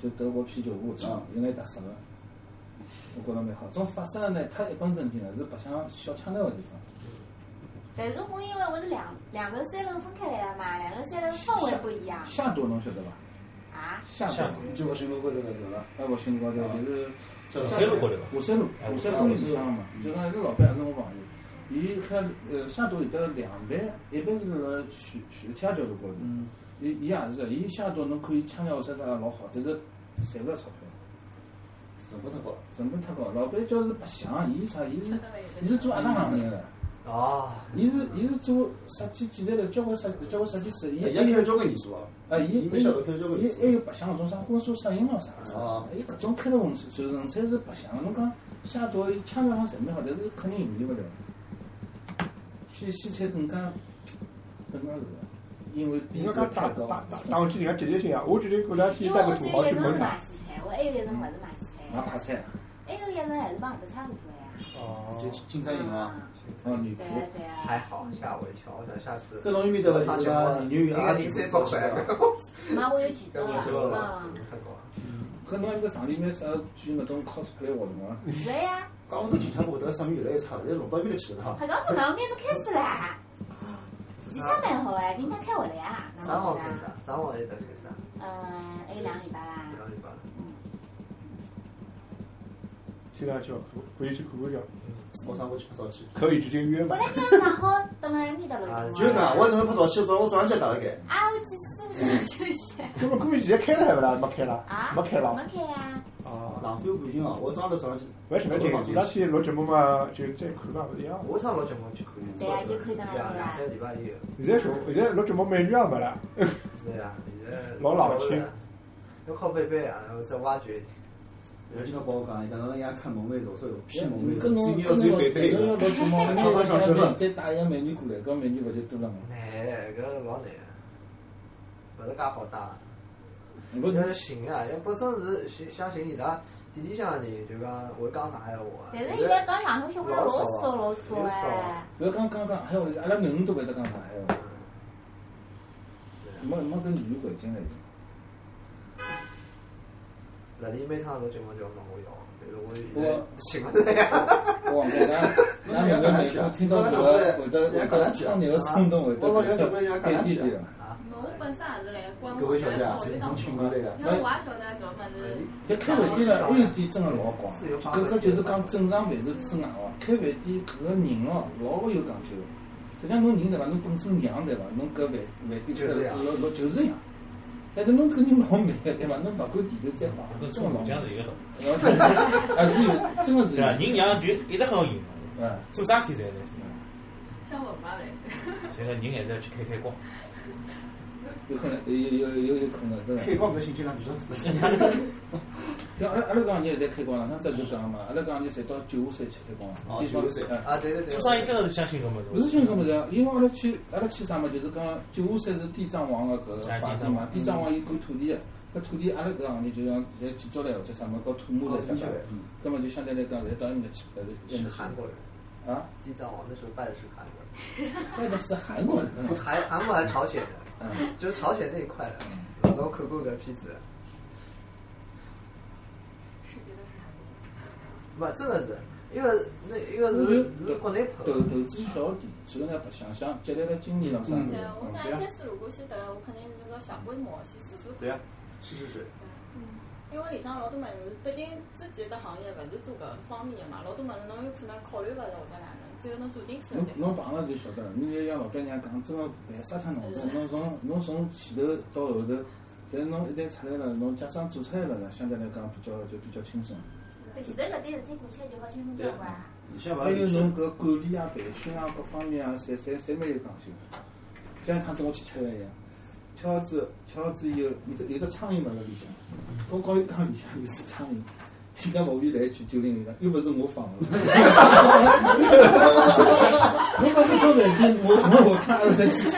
D: 就德国啤酒屋搿种有眼特色个，我觉着蛮好。种法式个呢太一本正经了，是白相小腔调个地方。
L: 但是我因为我是两两楼三楼分开来了嘛，两楼三楼氛围不一样
D: 夏多侬晓得伐？
L: 啊。
D: 夏多，
H: 就我新闻高头搿个了。
D: 哎，我寻高头就是
I: 五三路高头伐
D: 五三路，五三路里向嘛，就讲一个老板也是我朋友，伊开呃夏多有得两爿，一爿是辣徐徐天桥头高头，伊伊也是，伊夏多侬看伊腔调啥啥也老好，但是赚勿了钞票，
H: 成本太高。
D: 成本太高。老板叫是白相，伊啥？伊是伊是做阿拉行业个。
K: 哦，
D: 伊是伊是做设计建材的，交关设交关设计师，伊
H: 伊开了交关年数啊。
D: 啊，伊
H: 伊没晓得开了交关
D: 伊
H: 年数。
D: 还有白相搿种啥婚纱摄影咯啥个
H: 啊
D: 伊搿种开头混就是纯粹是白相的。侬讲虾多伊腔调上侪蛮好，但是肯定盈利勿了。西西餐更加更加是个，因为
E: 你
D: 比
E: 要
D: 较
E: 讲
D: 太
E: 打
D: 高。
E: 打打打上去人家姐姐心啊！我觉得过两天
L: 因
E: 带
L: 为
E: 个
L: 我
E: 土
L: 只有
E: 豪
L: 一
E: 去啊
L: 层
E: 捧
L: 买
E: 场。
L: 西餐，我还有一层勿是买西
D: 买
L: 餐，
D: 快餐
L: 还有一层还是帮搿只差勿多呀。
E: 哦
H: 就金山银啊。
D: 哦，女仆
L: 对啊对啊。
K: 还好，吓我一跳，我想下次。
H: 搿侬有面搭个就是讲牛
K: 应
H: 啊，
K: 该你最高百，
L: 妈，我有举重
H: 举
L: 啊
H: 重了，
L: 嗯，
K: 太高了。
D: 搿侬一个上里面啥举搿种 cosplay 活动啊？
L: 是呀，
H: 讲我都前趟过，但生意越来越差了，现在弄到埃面搭去了哈。
L: 他讲不 讲，面都开始啊啦。其实蛮好哎，人家开回来啊，哪
K: 三
L: 能
K: 号
L: 回
K: 开
L: 事
K: 始
L: 啊？，
K: 三号也得开始，
L: 嗯，还有两个礼拜啦。
K: 两个礼拜了。
E: 去哪去？回去去看看去。
H: 我上回去拍照去。啊
E: 可以直接约
L: 本
E: 嘛？
L: 来今朝正好嗯等了埃面搭了，
H: 就讲，我准备拍照去，我我早上起打了盖。
L: 啊，我去私里休息
E: 那么估计现在开了还不啦？没开啦
L: 啊，？
E: 没开
L: 没
E: 啦。
L: 开呀。
E: 啊，
H: 浪费我感情啊！我早上头早上去。
E: 不要紧，不要紧，过两天录节目嘛，啊就再看嘛，不一样。
K: 我上老节目去看，
L: 对啊就可以当然
K: 两
L: 了
K: 两三个礼拜以后，
E: 现在是，现在录节目每月也没啦。
K: 对啊，现在
E: 老老去
K: 要靠贝贝啊，然后再挖掘。
H: 然后今朝帮我讲，伊讲侬人家看萌妹子，我说有屁萌妹
D: 你
H: 子
D: 跟，侬
H: 今
D: 跟
H: 年要
D: 侬
H: 追贝贝
D: 搿侬要
H: 了。
D: 老节目，
H: 刚
D: 侬
H: 刚上手了
D: 再带一个美女过来，搿美女勿就多了嘛？
K: 难，搿老难，勿是介好打。
D: 勿
K: 要寻啊，要本身是寻想寻伊拉店里向的人，就讲会讲上海话啊。
L: 但是现在讲上海小姑娘老少老少哎，
D: 不要讲讲讲，还有阿拉囡恩都会得讲上海话，没没跟语言环境了已经。
K: 辣里每趟录节目就要问我要，但是我现在
D: 我
K: 寻勿着呀。
D: 我我那那每个每个听到这个，会得会得少年的冲动，会得点滴滴了。
G: 侬本身也是来光
H: 各位小姐啊，
G: 因
H: 请
G: 为
H: 侬请过来
D: 哎
H: 个。
G: 我也晓得搿物事。
D: 一开饭
G: 嗯
D: 店呢，还有点真的老广，搿个就是讲正常饭头之外哦，开饭店搿个人哦，老有讲究。就讲侬人对伐？侬本身洋对伐？侬搿饭饭店老老就是洋。但是侬肯定老美对伐？侬勿管地头再好，
I: 跟
D: 真
I: 中
D: 老
I: 国讲是一个道理，
D: 啊 是有，真的是
I: 对
D: 有
I: 伐？。人娘就一直很好用，
D: 嗯，
I: 做啥体侪来塞。
G: 像我妈来着，
I: 现在人还是要去开开光，
D: 有可能，有有有有可能，真的。
H: 开光搿信息量比较大。
D: 像阿拉阿拉讲人侪开光了，上次就讲嘛，阿拉讲人侪到九华山去开光了。
H: 哦九华山
D: 哎
K: 啊，对对对。
I: 做生意真的是相信搿么
D: 不是就是搿么子，啊因为阿拉去阿拉去啥嘛，就是讲九华山是地藏王个啊搿个
I: 哎
D: 法
I: 地
D: 地
I: 藏
D: 嘛
I: 王，
D: 地藏王伊管土地个，啊搿土地阿拉搿行业就像来建筑来或者啥么搞土木来啥
H: 搞土木
D: 么
H: 来嗯，
D: 葛么就相对来讲，侪到埃面搭去，呃，埃面
K: 是
D: 搭去
K: 韩国人，
D: 啊，
K: 地藏王那时候拜的是韩国人。
D: 那个是韩国人，
K: 不是韩韩国还是朝鲜的，
D: 嗯，
K: 就是朝鲜那一块的。老早看过搿片子，
G: 世界都是韩国。
K: 没真的是，一个那一个
D: 我觉得
K: 是是国内拍
D: 投
K: 的，
D: 投资小点，这个呢白相相，积累了经验了啊啥
K: 嗯
D: 么
G: 对，啊我
D: 子，
G: 啊
D: 啊
G: 想一开始如果先得，我肯定是那个小规模先试试看。
H: 对呀，试试水。
G: 嗯，
F: 因为里向老多物事，毕竟自己这行业勿是做搿方面的嘛，老多物事侬有可能考虑勿着或者哪能，只有侬做进去
G: 嗯
F: 了才
D: 侬侬碰了就晓得，侬就像老板娘讲，真个烦死脱侬，侬从侬从前头到后头，但是侬一旦出来了，侬假装做出来了呢，相对来讲比较就比较轻松。
L: 但前头搿点事体过去就好轻松交关。
D: 还有侬搿管理啊、培训啊各方面啊，侪侪侪蛮有讲究。就像趟子我去吃饭一样，吃好子吃好子以后，有只有只苍蝇辣辣里向，我告伊讲里向有只苍蝇，人家服务员来一句九零后，又勿是我放的。 侬讲侬讲半天，我我下趟还得去吃。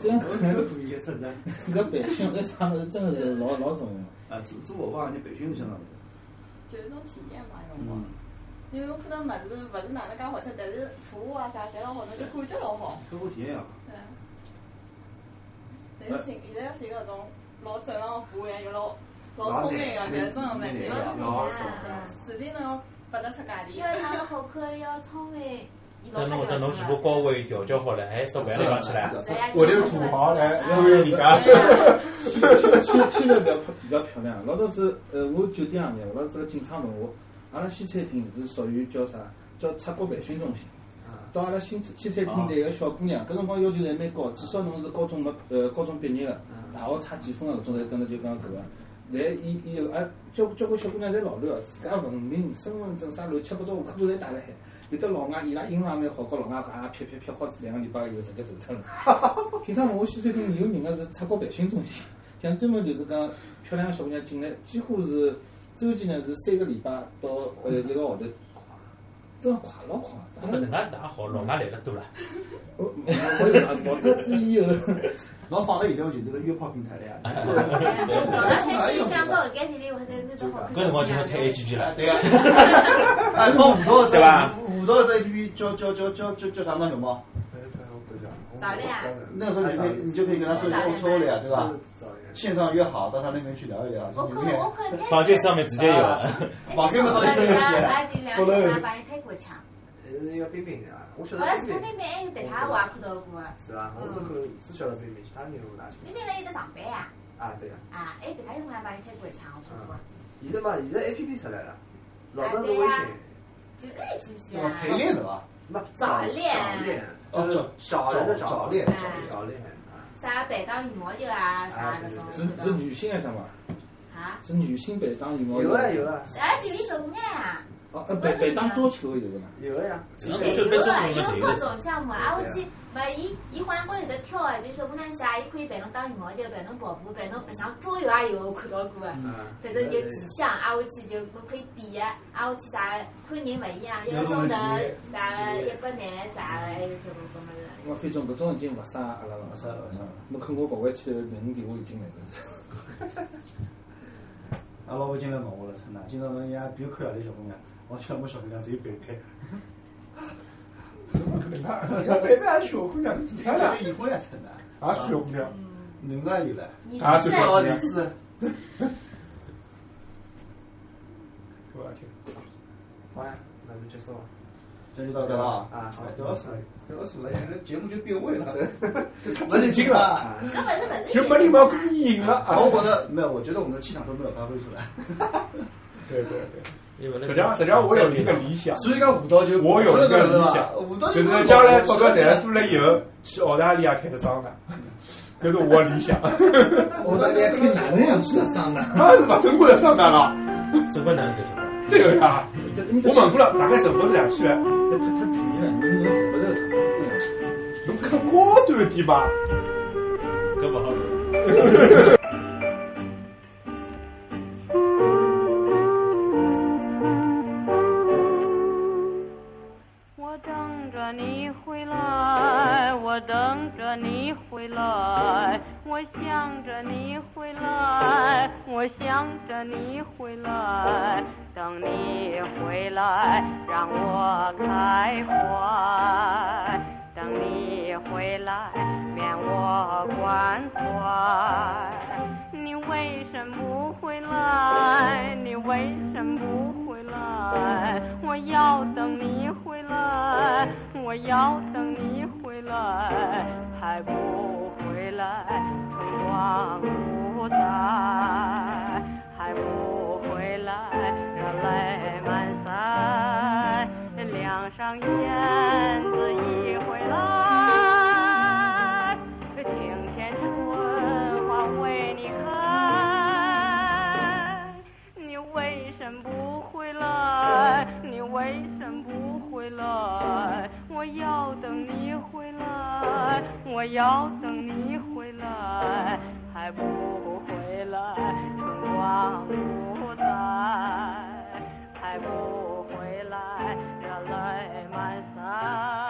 D: 这样可能
K: 一个称赞。
D: 搿培训搿啥物事真的是老老重要。
H: 啊，做做我帮人家培训相当于。
F: 就是种体验嘛，用
D: 嗯
F: 光。因为有可能物事勿是哪能介好吃，但是服务啊啥侪老好，侬就感觉老好。
H: 客户体
D: 啊
H: 验呀，
F: 嗯。但是现现在寻搿种老正常的服务员，又老老聪明个，搿真个蛮难
L: 老难
F: 个
L: 啊。
F: 嗯除非侬拨得出价钿。
L: 要啥好看，要聪明，伊老
I: 那侬
L: 勿
I: 会得侬全部高位调教好了，还到别个地方去了。
E: 我这个土豪来
D: 哎
E: 忽悠人 家，
D: 千万千万千万不要比较漂亮。老早子，呃，我酒店行业，老早子个进厂门户，阿拉西餐厅是属于叫啥？叫出国培训中心。到阿拉新西餐厅来个小姑娘，搿辰光要求侪蛮高，至少侬是高中没呃高中毕业个，大学差几分啊个搿种侪等了就讲搿个。来，伊伊有啊，交交关小姑娘侪老乱个，自家文凭、身份证啥乱七八糟，裤头侪带辣海。有的老外伊拉英文也蛮好，跟老外讲啊，撇撇撇好，两个礼拜以后直接走脱了。 平常我西餐厅有人个是出国培训中心，像专门就是讲漂亮个小姑娘进来，几乎是周期呢是三个礼拜到呃一个号头，真的快老快。
I: 搿 能
H: 啊
I: 介是也好，老外来了多了。
D: 我我有啊，跑脱之以后，
H: 侬放到现在我就是个约炮平台了呀。
L: 老早开始想到搿眼年龄，会得那种好看。
I: 搿辰光就能推 A P P 了。
H: 对啊，哎，帮舞蹈
I: 对吧？
H: 舞蹈这一批叫叫叫叫叫叫啥么熊猫？
L: 咋的呀？
H: 那个时候你可以你就可以跟他说你我抽了呀，对吧？线上约好，到他那边去啊聊一聊。
L: 我看我看太
I: 房间上面直接有，啊
L: 哎
H: 网根本到底都有
L: 把
H: 写，
L: 这两个人把人推过墙。
K: 那个冰冰啊，我晓
L: 后
K: 得
L: 来
K: 冰
L: 他妹
K: 冰
L: 妹还有别他我也看到过。
K: 是吧？我都看只晓得冰冰，其他人我哪晓
L: 妹妹辣有得上班呀，
K: 得？啊，对呀。
L: 啊，还有别他用来把人推过墙，我看过。
K: 现在嘛，现在 A P P 出来了，老早是
L: 对
K: 微
L: 呀
K: 信。，
L: 就是 A P P
H: 哦
L: 啊。
H: 陪练的吧？
K: 不，
L: 早恋
K: 啊早恋，
D: 哦
K: 就是找人的
H: 早
K: 早
H: 恋
K: 早早恋。哎
L: 啥北港羽毛球啊，啥搿种。
D: 是是女性还是什么？
L: 啊，
D: 是女性北当羽毛球？
K: 有啊有啊。
L: 哎，就伊搿眼啊。
D: 哦，呃，北北当桌球有个嘛？
K: 有呀，
L: 有啊，有各种项目啊！我去，没伊伊好像光有得跳啊，就是我那下，伊可以陪侬打羽毛球，陪侬跑步，陪侬白相桌游也有，我看到过啊个。反正有几项，啊我去就侬可以点啊，啊我去啥看人勿一样，一个钟头啥个一百廿啥个，还有各种种物事。
D: 我反正搿种已经勿杀阿拉了，勿杀了。侬看我跑回去，男人电话已经来了。
H: 阿老婆进来问我了，真的，今朝人家别看阿里小姑娘，我叫我小姑娘只有 北北。
L: 嗯
K: 北北还小姑娘，
H: 你看了？已婚呀，真的。
E: 啊，小姑娘，
H: 女的有了，
E: 啊，是小姑
H: 女
E: 娘，
H: 子。啊
E: 是吧？
K: 好呀，那就结束了。
H: 这就到这了
K: 啊好
H: 屌死了，屌死了，这节目就变味 了，
K: 没得劲了。
L: 搿勿是勿是。
E: 就没礼貌跟你赢了
H: 啊，
E: 啊！
H: 我觉得没有，我觉得我们的气场都没有发挥出来。
E: 对对对，
I: 因为
E: 实际上实际上我有一个理想，
H: 所以讲舞蹈就
E: 我有一个理想
H: 舞蹈，
E: 就是将来钞票赚了多了以后，去澳大利亚开个商场，搿是我理想。
D: 我 那边看哪能样子的伤呢？
E: 那是把正规的上班了，
I: 怎么能是什么？
E: 对个呀。我问过了，大概成本是两千万，
D: 太太便宜了，侬侬舍不得伤，真的。
E: 侬看高端点吧。
I: 搿勿好弄。
J: 我等着你回来，我等着你回来，我想着你回来，我想着你回来，等你回来让我开怀，等你回来免我关怀。你为什么不回来？你为什么不回来？我要等你回来，我要等你回来，还不回来，春光不再。上燕子一回来，庭前春花为你开。你为什么不回来？你为什么不回来？我要等你回来，我要等你回来，还不回来，春光不再，还不回来，热泪满腮。